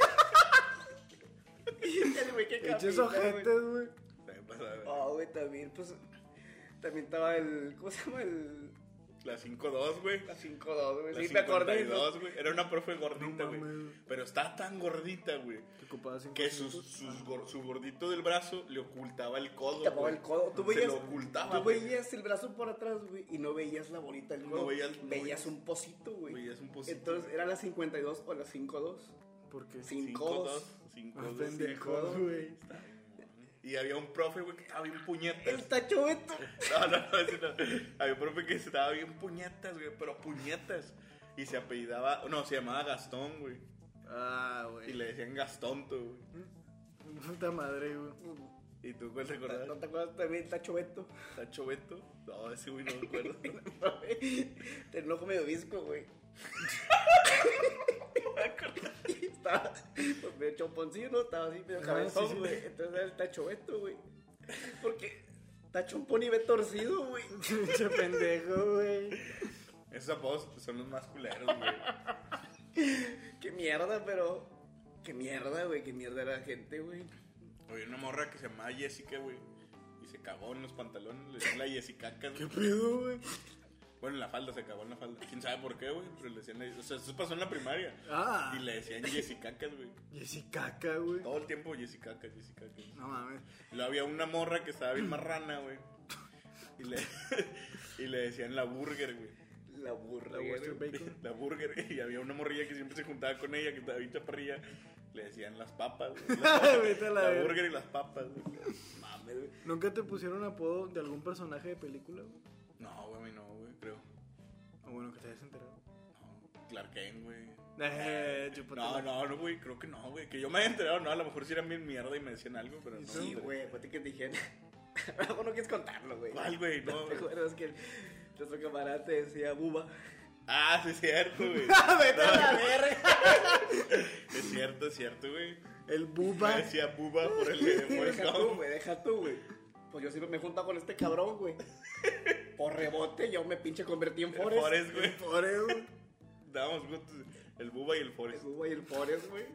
[SPEAKER 5] El güey que
[SPEAKER 3] Eches
[SPEAKER 5] camina, güey.
[SPEAKER 3] ojetes, güey.
[SPEAKER 4] Se pasa de verga.
[SPEAKER 5] Ah, güey, también, pues. También estaba el. ¿Cómo se llama el.?
[SPEAKER 4] La 5-2, güey.
[SPEAKER 5] La 5-2,
[SPEAKER 4] La
[SPEAKER 5] güey. Sí, me acordé. ¿no?
[SPEAKER 4] 52, güey. Era una profe gordita,
[SPEAKER 3] No
[SPEAKER 4] güey.
[SPEAKER 3] mames.
[SPEAKER 4] Pero está tan gordita, güey.
[SPEAKER 3] Te ocupabas cinco
[SPEAKER 4] Que sus,
[SPEAKER 3] minutos.
[SPEAKER 4] sus gor- su gordito del brazo le ocultaba el codo.
[SPEAKER 5] Tapaba
[SPEAKER 4] güey.
[SPEAKER 5] el codo. Tú
[SPEAKER 4] Se
[SPEAKER 5] veías,
[SPEAKER 4] lo ocultaba.
[SPEAKER 5] tú
[SPEAKER 4] güey.
[SPEAKER 5] veías el brazo por atrás, güey, y no veías la bolita del
[SPEAKER 4] No
[SPEAKER 5] codo.
[SPEAKER 4] veías-
[SPEAKER 5] veías,
[SPEAKER 4] no veías-
[SPEAKER 5] un pocito, güey.
[SPEAKER 4] veías un pocito,
[SPEAKER 5] Entonces,
[SPEAKER 4] güey.
[SPEAKER 5] ¿era la 52 o la 52?
[SPEAKER 3] Porque
[SPEAKER 5] Sí. sin
[SPEAKER 4] 5-2,
[SPEAKER 5] codos.
[SPEAKER 4] 5-2,
[SPEAKER 3] pendejos, güey.
[SPEAKER 4] Y había un profe, güey, que estaba bien puñetas.
[SPEAKER 5] ¡El tacho Beto!
[SPEAKER 4] No, no, no, ese no. Había un profe que estaba bien puñetas, güey, pero puñetas. Y se apellidaba, no, se llamaba Gastón, güey.
[SPEAKER 3] Ah,
[SPEAKER 4] Y
[SPEAKER 3] güey.
[SPEAKER 4] le decían Gastonto, güey.
[SPEAKER 3] Puta madre, güey.
[SPEAKER 4] ¿Y tú cuál te acordás?
[SPEAKER 5] ¿No te acuerdas también Tacho Beto?
[SPEAKER 4] ¿Tacho Beto? No, ese güey no me acuerdo.
[SPEAKER 5] Tenía un ojo medio visco, güey. No me acuerdo. Estaba pues, medio chomponcillo, ¿no? Estaba así medio cabezón,
[SPEAKER 3] sí, sí.
[SPEAKER 5] güey. Entonces era el Tacho Beto, güey. Porque está chompón y ve torcido, güey.
[SPEAKER 3] Pinche pendejo, güey.
[SPEAKER 4] Esos apodos son los más culeros, güey.
[SPEAKER 5] Qué mierda, pero. Qué mierda, güey. Qué mierda era la gente, güey.
[SPEAKER 4] Había una morra que se llamaba Jessica, güey. Y se cagó en los pantalones, le decían la Jessicaca, güey.
[SPEAKER 3] pedo, güey?
[SPEAKER 4] Bueno, en la falda, se cagó en la falda. ¿Quién sabe por qué, güey? Pero le decían... O sea, eso pasó en la primaria.
[SPEAKER 3] Ah.
[SPEAKER 4] Y le decían Jessicacas, güey.
[SPEAKER 3] Jessy caca, güey.
[SPEAKER 4] Todo el tiempo Jessicacas, Jessicacas.
[SPEAKER 3] No mames.
[SPEAKER 4] Y luego había una morra que estaba bien marrana, güey. Y le, y le decían la burger, güey.
[SPEAKER 5] La burra,
[SPEAKER 3] La
[SPEAKER 5] güey.
[SPEAKER 3] Western Bacon.
[SPEAKER 4] La burger. Y había una morrilla que siempre se juntaba con ella, que estaba bien chaparrilla. Le decían las papas, güey.
[SPEAKER 3] Vete a la
[SPEAKER 4] La,
[SPEAKER 3] verga.
[SPEAKER 4] burger y las papas, güey.
[SPEAKER 5] Mames, güey.
[SPEAKER 3] ¿Nunca te pusieron apodo de algún personaje de película, güey?
[SPEAKER 4] No, güey, no, güey, creo.
[SPEAKER 3] O bueno, que te hayas enterado.
[SPEAKER 4] No, Clark Kent, güey.
[SPEAKER 3] Eh,
[SPEAKER 4] No,
[SPEAKER 3] chúpatela.
[SPEAKER 4] no, no, güey, creo que no, güey. Que yo me haya enterado, no, a lo mejor sí eran bien mierda y me decían algo, pero no.
[SPEAKER 5] Sí, güey. Acuérdate que te dijeron. Luego no quieres contarlo, güey.
[SPEAKER 4] ¿Cuál, güey? No,
[SPEAKER 5] ¿Te
[SPEAKER 4] güey.
[SPEAKER 5] acuerdas que el- nuestro camarada te decía buba?
[SPEAKER 4] Ah, sí, es cierto, güey.
[SPEAKER 5] ¡Vete a la verga!
[SPEAKER 4] Es cierto, es cierto, güey.
[SPEAKER 3] El
[SPEAKER 4] Me
[SPEAKER 3] buba.
[SPEAKER 4] decía buba por el de Forrest
[SPEAKER 5] deja tú,
[SPEAKER 4] Gump.
[SPEAKER 5] güey, deja tú, güey. Pues yo siempre me he juntado con este cabrón, güey. Por rebote, yo me pinche convertí en Forest.
[SPEAKER 4] Forrest, güey.
[SPEAKER 3] Oreo.
[SPEAKER 4] Dábamos juntos el buba y el
[SPEAKER 5] El
[SPEAKER 4] Forrest.
[SPEAKER 5] buba y el Forest, güey.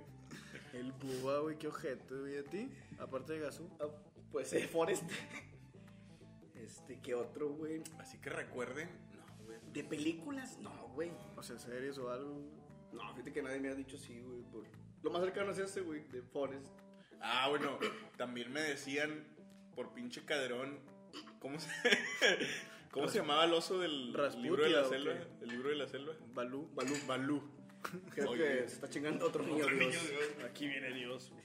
[SPEAKER 3] El buba, güey, qué ojete, güey, a ti. Aparte de Gazú.
[SPEAKER 5] Ah, Pues eh, Forest. Este, ¿qué otro, güey?
[SPEAKER 4] Así que recuerden, no, güey.
[SPEAKER 5] ¿De películas? No, güey.
[SPEAKER 3] O sea, series o algo. güey.
[SPEAKER 5] No, fíjate que nadie me ha dicho sí, güey. por- Lo más cercano es ese, güey, de Forest.
[SPEAKER 4] Ah, bueno, también me decían por pinche caderón. ¿Cómo se, ¿cómo se llamaba el oso del
[SPEAKER 3] Rasputia,
[SPEAKER 4] libro de la
[SPEAKER 3] ¿o
[SPEAKER 4] selva?
[SPEAKER 3] qué?
[SPEAKER 4] El libro de la selva.
[SPEAKER 3] Balú.
[SPEAKER 4] Balú, Balú.
[SPEAKER 5] Creo
[SPEAKER 4] Oye.
[SPEAKER 5] que se está chingando otro niño,
[SPEAKER 4] Otro
[SPEAKER 5] Dios.
[SPEAKER 4] niño Dios. Aquí viene Dios. güey.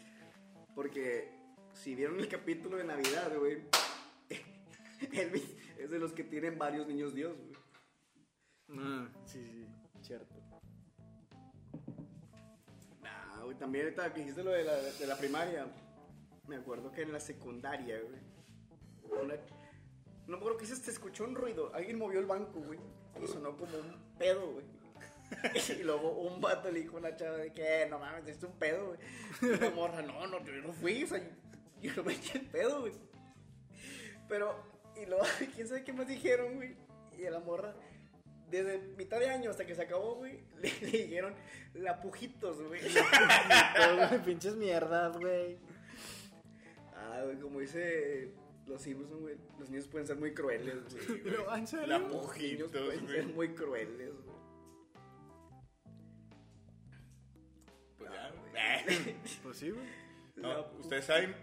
[SPEAKER 5] Porque si vieron el capítulo de Navidad, güey, Elvis es de los que tienen varios niños Dios, güey.
[SPEAKER 3] Ah, sí, sí.
[SPEAKER 5] Cierto. Nah, Ah, güey, también ahorita que dijiste lo de la, de la primaria. Me acuerdo que en la secundaria, güey. una- no me acuerdo qué se te escuchó un ruido. Alguien movió el banco, güey. Y sonó como un pedo, güey. Y luego un vato le dijo a la chava de que "Eh, no mames, es un pedo, güey. Y la morra, no, no, yo no fui, o sea, yo no me eché el pedo, güey. Pero, y luego, quién sabe qué más dijeron, güey. Y a la morra, desde mitad de año hasta que se acabó, güey, le, le dijeron lapujitos, güey.
[SPEAKER 3] Todo, güey, pinches mierdas, güey.
[SPEAKER 5] ah, güey, como dice los Simpsons, güey, los niños pueden ser muy crueles, güey.
[SPEAKER 3] Pero, ¿en serio?
[SPEAKER 4] La
[SPEAKER 5] Los niños
[SPEAKER 4] mojitos,
[SPEAKER 5] pueden ser
[SPEAKER 4] güey.
[SPEAKER 5] muy crueles, güey.
[SPEAKER 4] Pues ya, güey.
[SPEAKER 3] Pues sí, güey.
[SPEAKER 4] No, ustedes saben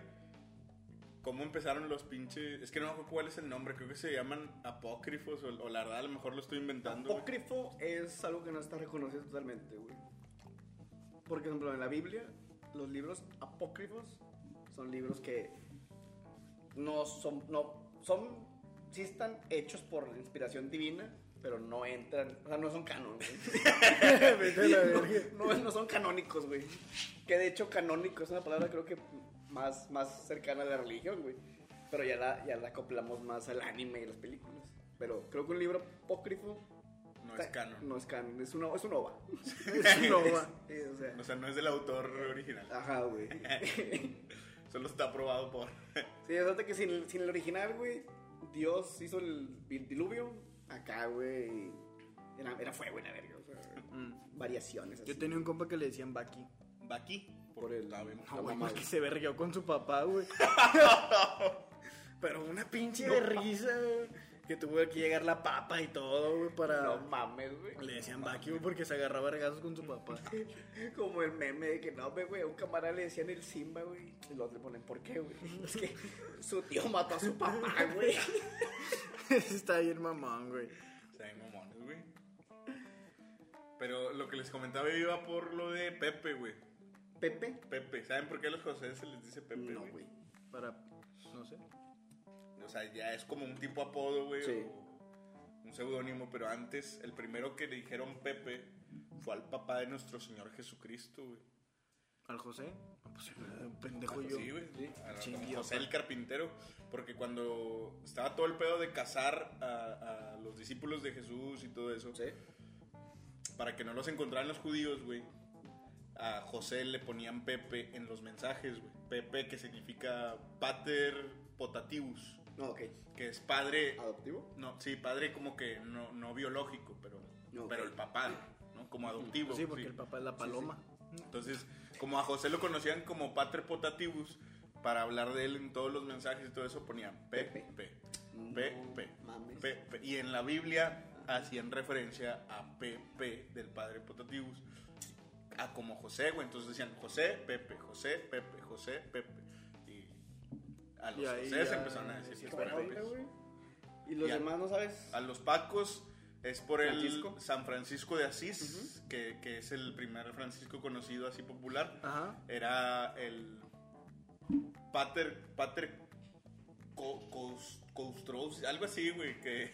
[SPEAKER 4] cómo empezaron los pinches. Es que no me acuerdo cuál es el nombre. Creo que se llaman apócrifos. O, o la verdad, a lo mejor lo estoy inventando. güey.
[SPEAKER 5] Apócrifo es algo que no está reconocido totalmente, güey. Porque, por ejemplo, en la Biblia, los libros apócrifos son libros que no son, no, son, sí están hechos por inspiración divina, pero no entran, o sea, no son canon, güey.
[SPEAKER 3] Vete a la verga.
[SPEAKER 5] no, no- no son canónicos, güey. Que de hecho canónico es una palabra creo que más, más cercana a la religión, güey. Pero ya la, ya la acoplamos más al anime y las películas. Pero creo que un libro apócrifo
[SPEAKER 4] No es canon.
[SPEAKER 5] no es canon, es una, es un ova.
[SPEAKER 3] Es un ova.
[SPEAKER 5] Sí, o sea,
[SPEAKER 4] O sea, no es del autor original.
[SPEAKER 5] ajá, güey.
[SPEAKER 4] Solo está aprobado por.
[SPEAKER 5] Sí, es que sin, el- sin el original, güey, Dios hizo el, vil- diluvio acá, güey. Era, era fuego, la verga. O sea, variaciones así.
[SPEAKER 3] Yo tenía un compa que le decían Baki.
[SPEAKER 4] Baki.
[SPEAKER 5] Por el-
[SPEAKER 4] la ven-
[SPEAKER 3] No,
[SPEAKER 5] La
[SPEAKER 3] güey,
[SPEAKER 5] mamá,
[SPEAKER 3] porque
[SPEAKER 5] güey.
[SPEAKER 3] se vergueó con su papá, güey. Pero una pinche de risa, güey. Que tuvo que llegar la papa y todo, güey,
[SPEAKER 5] No
[SPEAKER 3] para...
[SPEAKER 5] mames, güey.
[SPEAKER 3] le decían Baki, güey, porque se agarraba a vergazos con su papá.
[SPEAKER 5] Como el meme de que no, güey, a un camarada le decían el Simba, güey. Y los otros le ponen, ¿por qué, güey? Es que su tío mató a su papá, güey.
[SPEAKER 3] Está bien mamón, güey.
[SPEAKER 4] Se ven mamones, güey. Pero lo que les comentaba yo iba por lo de Pepe, güey.
[SPEAKER 5] Pepe.
[SPEAKER 4] Pepe. ¿Saben por qué a los joseses se les dice Pepe,
[SPEAKER 5] No, güey.
[SPEAKER 3] Para... no sé.
[SPEAKER 4] O sea, ya es como un tipo apodo, güey.
[SPEAKER 5] Sí.
[SPEAKER 4] o Un seudónimo, pero antes, el primero que le dijeron Pepe fue al papá de nuestro Señor Jesucristo, güey.
[SPEAKER 3] ¿Al José? Ah, Pues un pendejo yo.
[SPEAKER 4] Sí, güey. A
[SPEAKER 3] Sí,
[SPEAKER 4] don
[SPEAKER 3] idiota.
[SPEAKER 4] José el carpintero. Porque cuando estaba todo el pedo de cazar a, a los discípulos de Jesús y todo eso, para que no los encontraran los judíos, güey, a José le ponían Pepe en los mensajes, güey. Pepe que significa pater potativus,
[SPEAKER 5] No, ok.
[SPEAKER 4] que es padre
[SPEAKER 5] ¿Adoptivo?
[SPEAKER 4] no, sí, padre como que no, no biológico, pero,
[SPEAKER 5] No,
[SPEAKER 4] pero
[SPEAKER 5] ok.
[SPEAKER 4] el papá, ¿no? Como adoptivo.
[SPEAKER 3] Sí, porque el papá es la paloma.
[SPEAKER 4] Entonces, como a José lo conocían como pater potativus, para hablar de él en todos los mensajes y todo eso ponían Pepe, Pepe, Pepe,
[SPEAKER 5] mames.
[SPEAKER 4] Pepe. Y en la Biblia hacían referencia a Pepe del padre potativus. A como José, güey. Entonces decían José, Pepe, José, Pepe, José, Pepe. Y a los
[SPEAKER 3] Y ahí
[SPEAKER 4] José se
[SPEAKER 3] ya
[SPEAKER 4] empezaron a decir
[SPEAKER 3] decían
[SPEAKER 4] que
[SPEAKER 5] Como
[SPEAKER 4] eran
[SPEAKER 5] Pablo,
[SPEAKER 4] Pepes.
[SPEAKER 5] güey. Y los
[SPEAKER 4] Ya.
[SPEAKER 5] demás no sabes.
[SPEAKER 4] A los Pacos es por
[SPEAKER 5] Francisco.
[SPEAKER 4] el San Francisco de Asís, que, que es el primer Francisco conocido así popular.
[SPEAKER 3] Ajá.
[SPEAKER 4] Era el Pater, Pater Co- Cous- Coustrous, algo así, güey, que,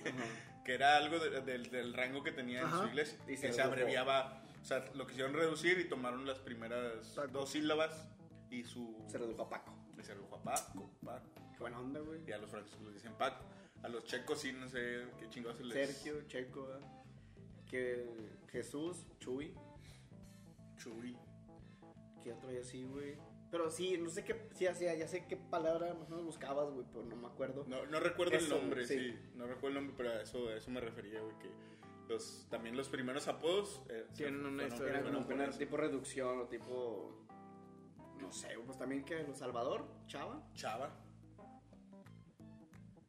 [SPEAKER 4] que era algo de- del, del rango que tenía
[SPEAKER 3] Ajá.
[SPEAKER 4] en su iglesia.
[SPEAKER 5] Y se
[SPEAKER 4] que se
[SPEAKER 5] redujo.
[SPEAKER 4] abreviaba, o sea, lo quisieron reducir y tomaron las primeras
[SPEAKER 3] Paco.
[SPEAKER 4] dos sílabas y su...
[SPEAKER 5] Se redujo a Paco.
[SPEAKER 4] y se redujo a Paco, Paco.
[SPEAKER 5] Qué buena onda, güey.
[SPEAKER 4] Y a los franceses les dicen Paco. A los checos sí, no sé qué chingados se les...
[SPEAKER 5] Sergio, Checo, ¿verdad? que Jesús, Chuy,
[SPEAKER 4] Chuy.
[SPEAKER 5] que otro día sí, güey. Pero sí, no sé qué, sí, hacía, ya sé qué palabra más o menos buscabas, güey, pero no me acuerdo.
[SPEAKER 4] No, no recuerdo el
[SPEAKER 5] Eso,
[SPEAKER 4] nombre, sí.
[SPEAKER 5] sí.
[SPEAKER 4] No recuerdo el nombre, pero a eso, a eso me refería, güey. Que los, también los primeros apodos. eh,
[SPEAKER 3] Tienen
[SPEAKER 4] fueron-
[SPEAKER 3] una
[SPEAKER 4] fueron-
[SPEAKER 3] historia
[SPEAKER 5] Era
[SPEAKER 4] fueron
[SPEAKER 5] como
[SPEAKER 4] por
[SPEAKER 5] una
[SPEAKER 4] eso.
[SPEAKER 5] tipo reducción o tipo, no sé, pues también que los Salvador, Chava,
[SPEAKER 4] Chava.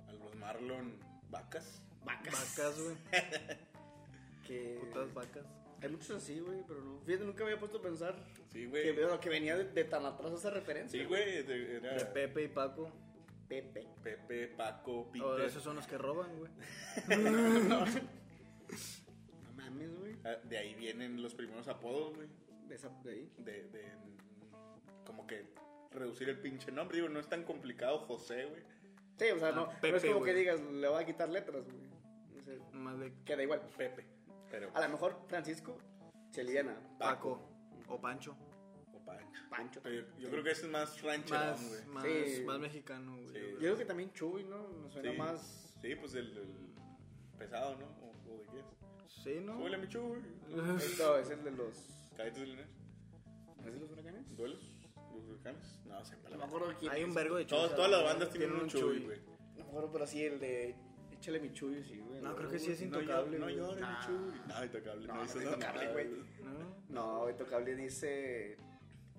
[SPEAKER 4] A los Marlon. Vacas.
[SPEAKER 5] vacas,
[SPEAKER 3] Vacas, güey.
[SPEAKER 5] que
[SPEAKER 3] Putas vacas.
[SPEAKER 5] hay muchos así, güey, pero no. Fíjate, nunca había puesto a pensar
[SPEAKER 4] Sí,
[SPEAKER 5] que
[SPEAKER 4] güey.
[SPEAKER 5] veo lo que venía de, de tan atrás esa referencia.
[SPEAKER 4] Sí, güey. de-
[SPEAKER 3] De
[SPEAKER 4] Era
[SPEAKER 3] Pepe y Paco.
[SPEAKER 5] Pepe.
[SPEAKER 4] Pepe, Paco, Peter.
[SPEAKER 3] Ahora esos son los que roban, güey.
[SPEAKER 5] No mames, güey.
[SPEAKER 4] Ah, De ahí vienen los primeros apodos, güey.
[SPEAKER 5] De esa de ahí.
[SPEAKER 4] De, de. Como que reducir el pinche nombre. Digo, no es tan complicado, José, güey.
[SPEAKER 5] Sí,
[SPEAKER 4] Ah,
[SPEAKER 5] o sea, no,
[SPEAKER 3] Pepe,
[SPEAKER 5] no es como
[SPEAKER 3] güey.
[SPEAKER 5] que digas, le voy a quitar letras, güey. No sé,
[SPEAKER 3] Más de
[SPEAKER 5] queda igual.
[SPEAKER 4] Pepe. Pero.
[SPEAKER 5] A lo mejor Francisco se aliviana.
[SPEAKER 3] Paco o Pancho.
[SPEAKER 4] O Pancho.
[SPEAKER 5] Pancho.
[SPEAKER 4] Pero yo creo que ese es más rancherón, güey.
[SPEAKER 3] Más, más,
[SPEAKER 5] Sí.
[SPEAKER 3] más mexicano, güey.
[SPEAKER 4] Sí.
[SPEAKER 5] Yo
[SPEAKER 3] yo creo.
[SPEAKER 5] creo que también Chuy, ¿no? Me suena
[SPEAKER 4] Sí.
[SPEAKER 5] más.
[SPEAKER 4] Sí, pues el, el pesado, ¿no? ¿O, o de qué es?
[SPEAKER 3] Sí, ¿no?
[SPEAKER 4] Súbele, mi chuy.
[SPEAKER 5] No, es el de los.
[SPEAKER 4] ¿Cadetes de Linares?
[SPEAKER 5] ¿Es de los huracanes?
[SPEAKER 4] ¿Duelos? ¿Los huracanes? No, se me
[SPEAKER 5] No me
[SPEAKER 4] la
[SPEAKER 5] acuerdo quién.
[SPEAKER 3] Hay
[SPEAKER 5] es.
[SPEAKER 3] un vergo de
[SPEAKER 4] Todos,
[SPEAKER 3] chuzas,
[SPEAKER 4] Todas las
[SPEAKER 3] güey.
[SPEAKER 4] bandas tienen un chuy, güey.
[SPEAKER 5] No me acuerdo, pero sí, el de. Échale mi Chuy, sí, güey.
[SPEAKER 3] No, creo que sí es
[SPEAKER 4] No
[SPEAKER 3] intocable.
[SPEAKER 4] llores, no
[SPEAKER 3] güey.
[SPEAKER 4] llores,
[SPEAKER 5] Nah.
[SPEAKER 4] mi chuy. No, intocable.
[SPEAKER 5] Ah. No,
[SPEAKER 4] No,
[SPEAKER 5] no,
[SPEAKER 4] dices
[SPEAKER 5] Intocable,
[SPEAKER 4] nada,
[SPEAKER 5] güey.
[SPEAKER 3] No.
[SPEAKER 5] No, Intocable dice.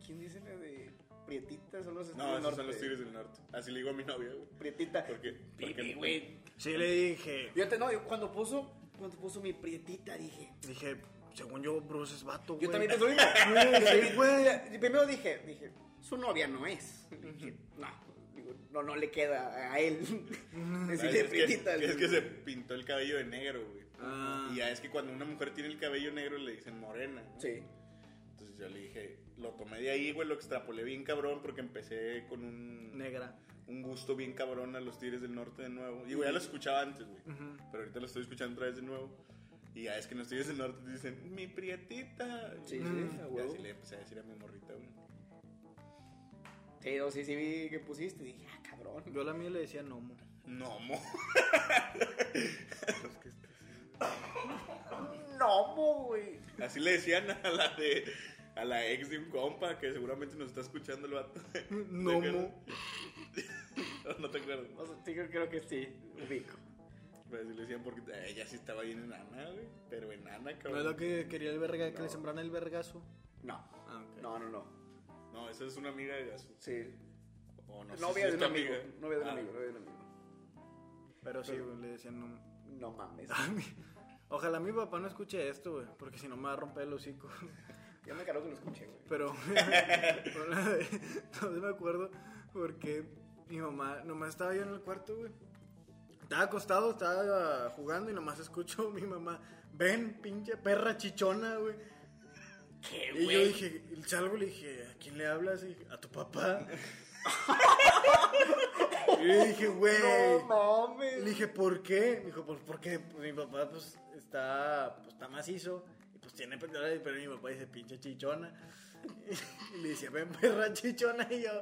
[SPEAKER 5] ¿Quién dice la de. Prietita? Son los
[SPEAKER 4] No,
[SPEAKER 5] Tigres
[SPEAKER 4] esos son
[SPEAKER 5] Norte.
[SPEAKER 4] los tigres del norte. Así le digo a mi novia, güey.
[SPEAKER 5] Prietita.
[SPEAKER 4] Porque,
[SPEAKER 5] Pipi,
[SPEAKER 4] porque
[SPEAKER 5] güey.
[SPEAKER 3] Sí, le dije.
[SPEAKER 5] Yo te no, yo cuando puso. Cuando puso mi Prietita, dije.
[SPEAKER 3] Dije, según yo, Bruce es vato, güey.
[SPEAKER 5] Yo también te lo digo.
[SPEAKER 3] Sí, güey.
[SPEAKER 5] Y Primero dije, dije, su novia no es. Dije, no, digo, no, no le queda a él. Decirle
[SPEAKER 4] Ah, es, que,
[SPEAKER 5] prietita.
[SPEAKER 4] es que se pintó el cabello de negro, güey.
[SPEAKER 3] Ah.
[SPEAKER 4] Y ya es que cuando una mujer tiene el cabello negro le dicen morena. ¿no?
[SPEAKER 5] Sí.
[SPEAKER 4] Entonces yo le dije, lo tomé de ahí, güey, lo extrapolé bien cabrón porque empecé con un,
[SPEAKER 3] Negra.
[SPEAKER 4] un gusto bien cabrón a los Tigres del Norte de nuevo. Digo, ya lo escuchaba antes, güey, pero ahorita lo estoy escuchando otra vez de nuevo. Y ya es que en los Tigres del Norte te dicen, mi prietita.
[SPEAKER 5] Sí, sí,
[SPEAKER 4] Mm.
[SPEAKER 5] a
[SPEAKER 4] Y
[SPEAKER 5] huevo.
[SPEAKER 4] así le empecé a decir a mi morrita, güey.
[SPEAKER 5] Sí, no, sí, sí vi que pusiste. Dije, ah, cabrón.
[SPEAKER 3] Yo a la mía le decía Nomo.
[SPEAKER 4] No, mo.
[SPEAKER 5] No, mo, güey.
[SPEAKER 4] Así le decían a la de... A la ex de un compa que seguramente nos está escuchando el vato.
[SPEAKER 3] No, mo.
[SPEAKER 4] No te acuerdas.
[SPEAKER 5] O sea, sí, creo, creo que sí, ubico.
[SPEAKER 4] Pero así le decían porque ella sí estaba bien enana, güey. Pero enana,
[SPEAKER 3] No es
[SPEAKER 4] cabrón.
[SPEAKER 3] lo que quería el verga, que le sembraran el vergazo.
[SPEAKER 5] No.
[SPEAKER 3] Ah, ok.
[SPEAKER 5] No, no, no.
[SPEAKER 4] No, esa es una amiga de Gasú.
[SPEAKER 5] Sí.
[SPEAKER 4] O no sé si
[SPEAKER 5] novia
[SPEAKER 4] es
[SPEAKER 5] de un
[SPEAKER 4] tu
[SPEAKER 5] amigo.
[SPEAKER 4] amiga.
[SPEAKER 5] Novia de un
[SPEAKER 4] Ah,
[SPEAKER 5] amigo, novia de un amigo.
[SPEAKER 3] Pero sí, güey, le decía Nomo.
[SPEAKER 5] No mames.
[SPEAKER 4] Ah.
[SPEAKER 3] Ojalá mi papá no escuche esto, güey, porque si no me va a romper el hocico.
[SPEAKER 5] Yo me cargo que lo escuché, güey.
[SPEAKER 3] Pero una vez, no me acuerdo porque mi mamá, nomás estaba yo en el cuarto, güey. Estaba acostado, estaba jugando y nomás escucho a mi mamá, ven, pinche perra chichona, güey.
[SPEAKER 5] ¿Qué,
[SPEAKER 3] Y yo dije, salgo y le dije, ¿a quién le hablas? Y dije, a tu papá. y yo dije, güey.
[SPEAKER 5] No
[SPEAKER 3] Le
[SPEAKER 5] mames.
[SPEAKER 3] dije, ¿por qué? Me dijo, pues porque pues, mi papá pues está, pues, está macizo. Y pues, pues tiene perra, pero mi papá dice, pinche chichona. Y le decía, ven perra chichona. Y yo,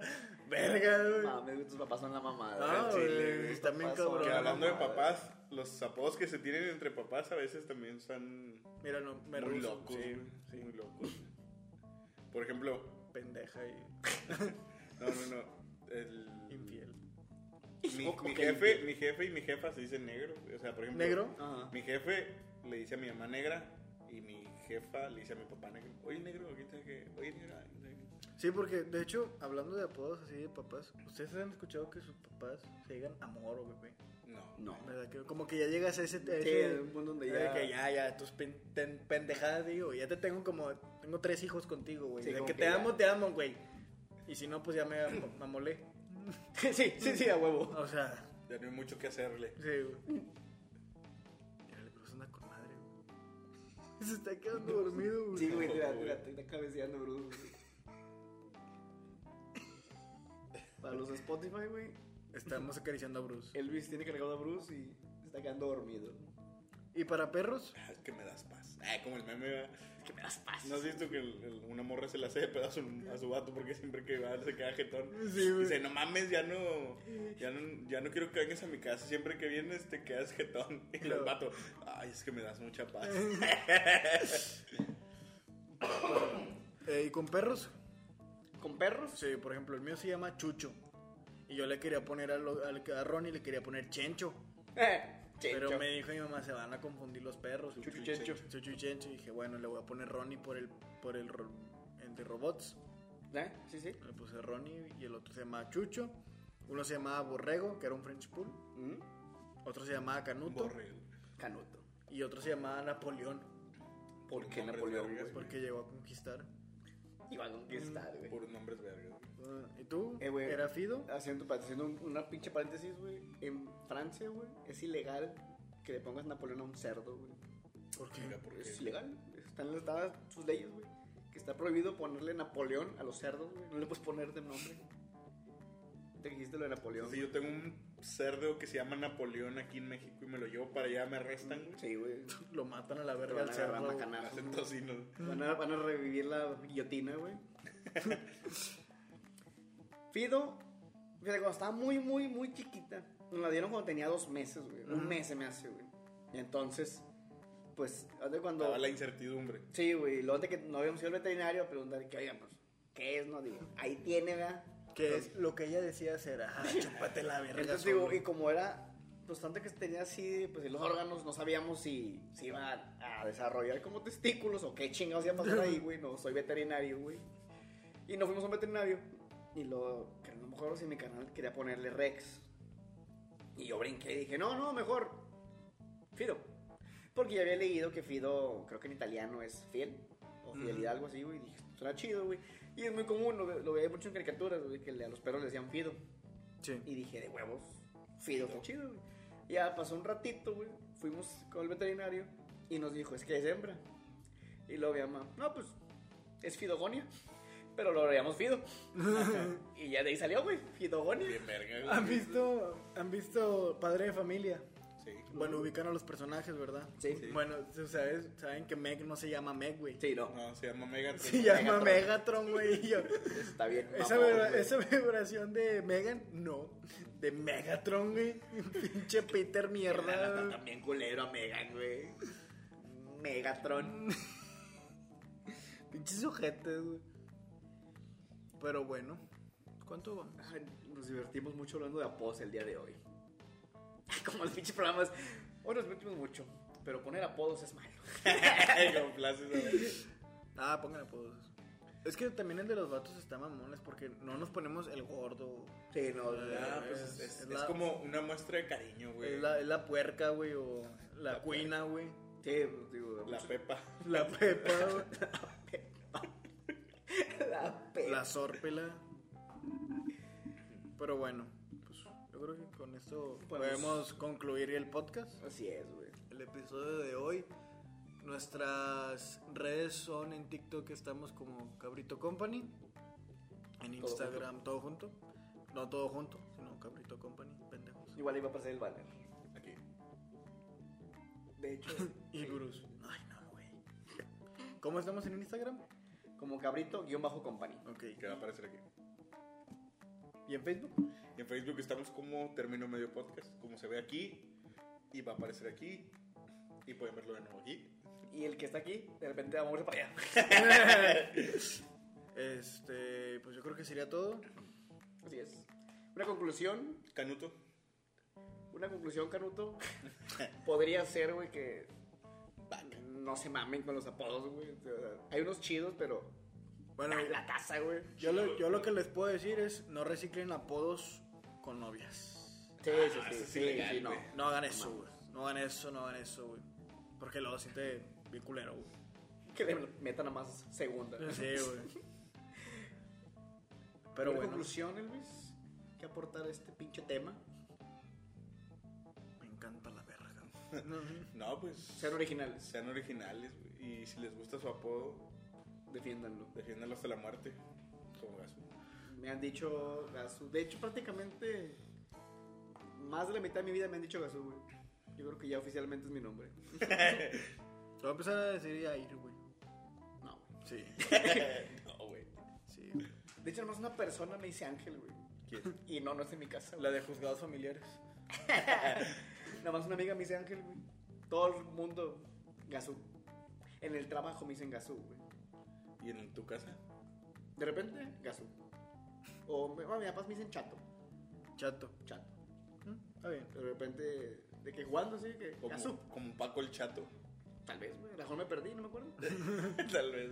[SPEAKER 3] verga, güey.
[SPEAKER 5] Mames, güey, tus papás son la mamada.
[SPEAKER 3] No,
[SPEAKER 5] Ah, güey.
[SPEAKER 3] güey,
[SPEAKER 5] Tus
[SPEAKER 3] están bien
[SPEAKER 5] papás son
[SPEAKER 3] cabrones.
[SPEAKER 4] Que
[SPEAKER 5] la
[SPEAKER 4] hablando de
[SPEAKER 5] mamada.
[SPEAKER 4] papás, los apodos que se tienen entre papás a veces también están
[SPEAKER 3] Mira, no, me
[SPEAKER 4] muy
[SPEAKER 3] ruso,
[SPEAKER 4] locos.
[SPEAKER 3] sí,
[SPEAKER 4] güey,
[SPEAKER 3] sí,
[SPEAKER 4] Muy locos. Por ejemplo,
[SPEAKER 3] pendeja y
[SPEAKER 4] no, no, no. El,
[SPEAKER 3] infiel.
[SPEAKER 4] mi,
[SPEAKER 5] Ok,
[SPEAKER 4] mi
[SPEAKER 5] ok.
[SPEAKER 4] jefe, mi jefe y mi jefa se dicen negro. güey. O sea, por ejemplo,
[SPEAKER 3] ¿Negro?
[SPEAKER 5] Ajá.
[SPEAKER 4] mi jefe le dice a mi mamá negra y mi jefa le dice a mi papá negro. Oye, negro, ¿quién sabe qué? Oye, negro. ay, no sé qué".
[SPEAKER 3] Sí, porque de hecho, hablando de apodos así de papás, ¿ustedes han escuchado que sus papás se digan amor o bebé?
[SPEAKER 4] No.
[SPEAKER 5] No.
[SPEAKER 3] ¿Verdad? Que como que ya llegas a ese. a
[SPEAKER 5] Sí,
[SPEAKER 3] ese-
[SPEAKER 5] hay un punto donde
[SPEAKER 3] de
[SPEAKER 5] ya.
[SPEAKER 3] que ya, ya, tus pen- ten- pendejadas, digo, ya te tengo como, tengo tres hijos contigo, güey.
[SPEAKER 5] Sí,
[SPEAKER 3] de
[SPEAKER 5] como
[SPEAKER 3] que,
[SPEAKER 5] que
[SPEAKER 3] te
[SPEAKER 5] ya.
[SPEAKER 3] amo, te amo, güey. Y si no, pues ya me am- amolé.
[SPEAKER 5] sí, sí, sí, a huevo.
[SPEAKER 3] O sea,
[SPEAKER 4] Ya no hay mucho que hacerle.
[SPEAKER 3] sí, güey. Ya le cruz anda con madre, güey. Se está quedando dormido, güey.
[SPEAKER 5] Sí, güey, te la- te la- te está cabeceando, bro. güey. Para los de Spotify, güey,
[SPEAKER 3] Estamos acariciando a Bruce.
[SPEAKER 5] Elvis tiene cargado a Bruce y se está quedando dormido.
[SPEAKER 3] ¿Y para perros?
[SPEAKER 4] Ah, Es que me das paz. Ay, como el meme va.
[SPEAKER 5] Es que me das paz.
[SPEAKER 4] ¿No has visto que el- el- una morra se la hace de pedo a su, a su vato porque siempre que va se queda jetón?
[SPEAKER 3] Sí, güey.
[SPEAKER 4] Dice, no mames, ya no, ya no ya no quiero que vengas a mi casa. Siempre que vienes te quedas jetón. Y
[SPEAKER 3] Claro.
[SPEAKER 4] el vato, ay, es que me das mucha paz.
[SPEAKER 3] Eh, ¿Y con perros?
[SPEAKER 5] ¿Con perros?
[SPEAKER 3] Sí, por ejemplo, el mío se llama Chucho. Y yo le quería poner a, lo- al- a Ronnie, le quería poner Chencho.
[SPEAKER 5] Eh,
[SPEAKER 3] Pero me dijo mi mamá, se van a confundir los perros.
[SPEAKER 5] Chucho y Chencho.
[SPEAKER 3] Chucho y Chencho. Y dije, bueno, le voy a poner Ronnie por el, por el, ro- el de robots.
[SPEAKER 5] ¿Eh? Sí, sí.
[SPEAKER 3] Le puse Ronnie y el otro se llamaba Chucho. Uno se llamaba Borrego, que era un French Pool.
[SPEAKER 5] Mm,
[SPEAKER 3] Otro se llamaba Canuto.
[SPEAKER 4] Borre.
[SPEAKER 5] Canuto.
[SPEAKER 3] Y otro se llamaba Napoleón, pues,
[SPEAKER 5] ¿Por qué
[SPEAKER 4] Nombres
[SPEAKER 5] Napoleón,
[SPEAKER 4] vergas,
[SPEAKER 5] güey?
[SPEAKER 3] porque llegó a conquistar.
[SPEAKER 5] Iba a conquistar, güey.
[SPEAKER 4] Puros nombres vergas.
[SPEAKER 3] Ah, ¿Y tú?
[SPEAKER 5] Eh, güey.
[SPEAKER 3] ¿Era Fido?
[SPEAKER 5] Haciendo, haciendo un- una pinche paréntesis, güey. En Francia, güey, es ilegal que le pongas Napoleón a un cerdo, güey.
[SPEAKER 3] ¿Por qué?
[SPEAKER 4] Venga, porque
[SPEAKER 5] Es ilegal. Están en sus leyes, güey. Que está prohibido ponerle Napoleón a los cerdos, güey. No le puedes poner de nombre. Te dijiste lo de Napoleón.
[SPEAKER 4] Entonces, yo tengo un cerdo que se llama Napoleón aquí en México y me lo llevo para allá, me arrestan. güey.
[SPEAKER 5] Sí, güey.
[SPEAKER 3] Lo matan a la
[SPEAKER 5] Te
[SPEAKER 3] verga al
[SPEAKER 5] van a agarrar
[SPEAKER 3] cerdo.
[SPEAKER 4] Me
[SPEAKER 5] macanazos,
[SPEAKER 4] hacen
[SPEAKER 5] güey.
[SPEAKER 4] tocinos.
[SPEAKER 5] Van a, van a revivir la guillotina, güey. Fido, fíjate, cuando estaba muy, muy, muy chiquita, nos la dieron cuando tenía dos meses, güey. Un mes se me hace, güey. Y entonces, pues, haz de cuando.
[SPEAKER 4] Estaba la incertidumbre.
[SPEAKER 5] Sí, güey. Lo de que no habíamos ido al veterinario a preguntar que, oigan, pues, ¿qué es? No, digo, ahí tiene, ¿verdad?
[SPEAKER 3] Que es lo que ella decía será, ah, chúpate la verga.
[SPEAKER 5] Entonces, digo,
[SPEAKER 3] solo".
[SPEAKER 5] y como era, pues, tanto que tenía así, pues, los órganos, no sabíamos si se iba a, a desarrollar como testículos o qué chingados iba a pasar ahí, güey. No, soy veterinario, güey. Y no fuimos a un veterinario. Y lo, que no me acuerdo si mi canal quería ponerle Rex. Y yo brinqué y dije, no, no, mejor Fido. Porque ya había leído que Fido, creo que en italiano es fiel, o fidelidad, algo así, güey. Y dije, suena chido, güey. Y es muy común, lo, ve- lo veía mucho en caricaturas, güey, que le- a los perros le decían Fido.
[SPEAKER 3] Sí.
[SPEAKER 5] Y dije, de huevos, Fido, está chido, güey. Ya pasó un ratito, güey. Fuimos con el veterinario y nos dijo, es que es hembra. Y luego mi mamá, no, pues, es Fidogonia. Pero lo llamamos Fido. y ya de ahí salió, güey, Fidogonia.
[SPEAKER 4] Bien verga. güey.
[SPEAKER 3] ¿Han visto, ¿Han visto Padre de Familia?
[SPEAKER 4] Sí.
[SPEAKER 3] Bueno, ubican a los personajes, ¿verdad?
[SPEAKER 5] Sí. Sí.
[SPEAKER 3] Bueno, ¿sabes? saben que Meg no se llama Meg, güey.
[SPEAKER 5] Sí, no,
[SPEAKER 4] No, se llama Megatron.
[SPEAKER 3] Se llama Megatron, güey. y yo,
[SPEAKER 5] está bien.
[SPEAKER 3] Esa,
[SPEAKER 5] mamón,
[SPEAKER 3] vibra-
[SPEAKER 5] güey.
[SPEAKER 3] esa vibración de Megan, no. De Megatron, güey. Pinche Peter
[SPEAKER 5] Está
[SPEAKER 3] mierda.
[SPEAKER 5] también culero a Megan, güey. Megatron.
[SPEAKER 3] Pinches ojetes, güey. Pero bueno, ¿cuánto vamos?
[SPEAKER 5] Ay, Nos divertimos mucho hablando de apodos el día de hoy. Como los pinches programas. Hoy nos divertimos mucho, pero poner apodos es malo.
[SPEAKER 4] Con flashes,
[SPEAKER 3] Ah, pongan apodos. Es que también el de los vatos está mamones porque no nos ponemos el gordo.
[SPEAKER 5] Sí, no,
[SPEAKER 4] ah,
[SPEAKER 5] no,
[SPEAKER 4] pues
[SPEAKER 5] pues,
[SPEAKER 4] es, es-
[SPEAKER 3] Es
[SPEAKER 4] es
[SPEAKER 3] la-
[SPEAKER 4] como una muestra de cariño, güey.
[SPEAKER 3] Es la, es la puerca, güey, o la,
[SPEAKER 4] La
[SPEAKER 3] cuina, güey.
[SPEAKER 5] sí, pues, digo,
[SPEAKER 4] La Pepa.
[SPEAKER 3] La pepa, güey.
[SPEAKER 5] la pe-
[SPEAKER 3] la zorpela. Pero bueno, pues yo creo que con esto
[SPEAKER 5] Podemos-
[SPEAKER 3] podemos concluir el podcast.
[SPEAKER 5] Así es, güey.
[SPEAKER 3] el episodio de hoy. Nuestras redes son en TikTok estamos como Cabrito Company, en Instagram todo junto, no todo junto, sino Cabrito Company, pendejos.
[SPEAKER 5] Igual iba a aparecer el banner.
[SPEAKER 4] Aquí.
[SPEAKER 5] De hecho,
[SPEAKER 3] Y Bruce. Ay no, güey. ¿Cómo estamos en Instagram?
[SPEAKER 5] Como cabrito guión bajo company.
[SPEAKER 3] Ok.
[SPEAKER 4] Que va a aparecer aquí.
[SPEAKER 3] ¿Y en Facebook?
[SPEAKER 4] Y en Facebook estamos como Termino Medio Podcast, como se ve aquí. Y va a aparecer aquí. Y pueden verlo de nuevo aquí.
[SPEAKER 5] Y el que está aquí, de repente vamos a moverse para allá.
[SPEAKER 3] Este, pues yo creo que sería todo.
[SPEAKER 5] Así es. Una conclusión,
[SPEAKER 4] Canuto,
[SPEAKER 5] una conclusión, Canuto. podría ser, güey, que no se mamen con los apodos, güey. O sea, hay unos chidos, pero
[SPEAKER 3] Bueno,
[SPEAKER 5] la taza, güey.
[SPEAKER 3] yo lo, yo lo que les puedo decir es no reciclen apodos con novias.
[SPEAKER 5] Sí, sí, Ah, sí, sí,
[SPEAKER 4] es ilegal,
[SPEAKER 5] sí, no.
[SPEAKER 4] güey.
[SPEAKER 3] No hagan eso, güey. No hagan eso, no hagan eso, güey. Porque luego siente bien culero, güey.
[SPEAKER 5] Que le metan a más segunda.
[SPEAKER 3] Sí, güey.
[SPEAKER 5] Pero
[SPEAKER 3] Pero bueno,
[SPEAKER 5] conclusión, Elvis, ¿qué aportar a este pinche tema?
[SPEAKER 3] me encanta la verga.
[SPEAKER 4] No, pues.
[SPEAKER 5] Sean originales,
[SPEAKER 4] Sean originales, güey. Y si les gusta su apodo,
[SPEAKER 5] defiéndanlo.
[SPEAKER 4] defiéndalo hasta la muerte. Como Gaspo.
[SPEAKER 5] Me han dicho Gazú. De hecho, prácticamente más de la mitad de mi vida me han dicho Gazú, güey. Yo creo que ya oficialmente es mi nombre.
[SPEAKER 3] Te voy a empezar a decir a ir, güey.
[SPEAKER 5] No, güey.
[SPEAKER 3] Sí.
[SPEAKER 4] No, güey.
[SPEAKER 3] Sí, güey.
[SPEAKER 5] De hecho, nomás una persona me dice Ángel, güey.
[SPEAKER 4] ¿Quién?
[SPEAKER 5] Y no, no es en mi casa.
[SPEAKER 3] La
[SPEAKER 5] güey.
[SPEAKER 3] de juzgados familiares.
[SPEAKER 5] Nomás una amiga me dice Ángel, güey. Todo el mundo, Gazú. En el trabajo me dicen Gazú, güey.
[SPEAKER 4] ¿Y en tu casa?
[SPEAKER 5] De repente, Gazú. O mi bueno, mis papás me dicen Chato.
[SPEAKER 3] Chato.
[SPEAKER 5] Chato.
[SPEAKER 3] Mm, Está bien.
[SPEAKER 5] De repente, de que jugando, sí, que Gazú.
[SPEAKER 4] Como, como Paco el Chato.
[SPEAKER 5] Tal vez, güey. A lo mejor me perdí, no me acuerdo.
[SPEAKER 4] tal vez.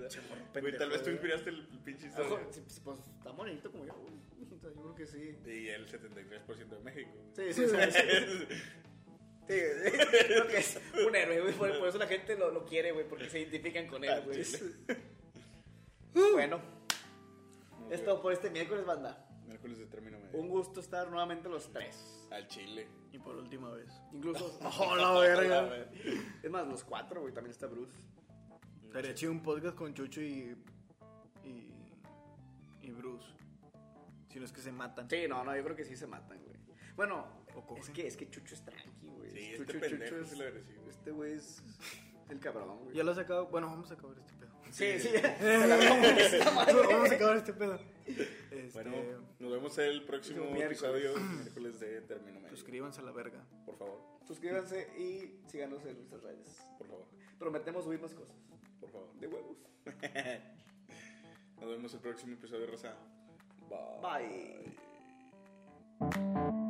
[SPEAKER 4] Güey, tal vez tú inspiraste el pinche
[SPEAKER 5] A lo
[SPEAKER 4] historia.
[SPEAKER 5] mejor, sí, pues, pues, tan bonito como yo, güey. O sea, yo creo que sí.
[SPEAKER 4] Y el 73% de México. güey.
[SPEAKER 5] Sí, sí, sí. sí. Sí, creo que es un héroe, güey. Por, por eso la gente lo, lo quiere, güey, porque se identifican con él, güey. bueno,
[SPEAKER 4] Muy
[SPEAKER 5] es todo por este miércoles, banda.
[SPEAKER 4] bien. Miércoles de término medio.
[SPEAKER 5] Un gusto estar nuevamente los tres.
[SPEAKER 4] Al Chile.
[SPEAKER 3] Y por última vez.
[SPEAKER 5] Incluso,
[SPEAKER 3] ¡Oh, la verga!
[SPEAKER 4] ver.
[SPEAKER 5] es más, los cuatro, güey. También está Bruce.
[SPEAKER 3] Estaría chido un podcast con Chucho y. y. y Bruce. Si no es que se matan.
[SPEAKER 5] Sí, no, no, yo creo que sí se matan, güey. Bueno,
[SPEAKER 3] O cogen.
[SPEAKER 5] es que, es que Chucho es tranqui, güey.
[SPEAKER 4] Sí, este
[SPEAKER 5] Chucho,
[SPEAKER 4] pendejo
[SPEAKER 5] Chucho
[SPEAKER 4] es el agresivo.
[SPEAKER 5] Este güey es el cabrón, güey.
[SPEAKER 3] Ya lo has acabado. Bueno, vamos a acabar este pedo.
[SPEAKER 5] Sí, sí. se la dejó por esta madre.
[SPEAKER 3] vamos a acabar este pedo. Este,
[SPEAKER 4] Bueno, nos vemos el próximo
[SPEAKER 5] Miércoles.
[SPEAKER 4] episodio. Miércoles de término medio.
[SPEAKER 3] Suscríbanse a la verga.
[SPEAKER 4] Por favor,
[SPEAKER 5] Suscríbanse y síganos en nuestras redes.
[SPEAKER 4] por favor,
[SPEAKER 5] Prometemos subir más cosas.
[SPEAKER 4] por favor.
[SPEAKER 5] De huevos.
[SPEAKER 4] Nos vemos el próximo episodio, Rosa. Bye.
[SPEAKER 5] Bye.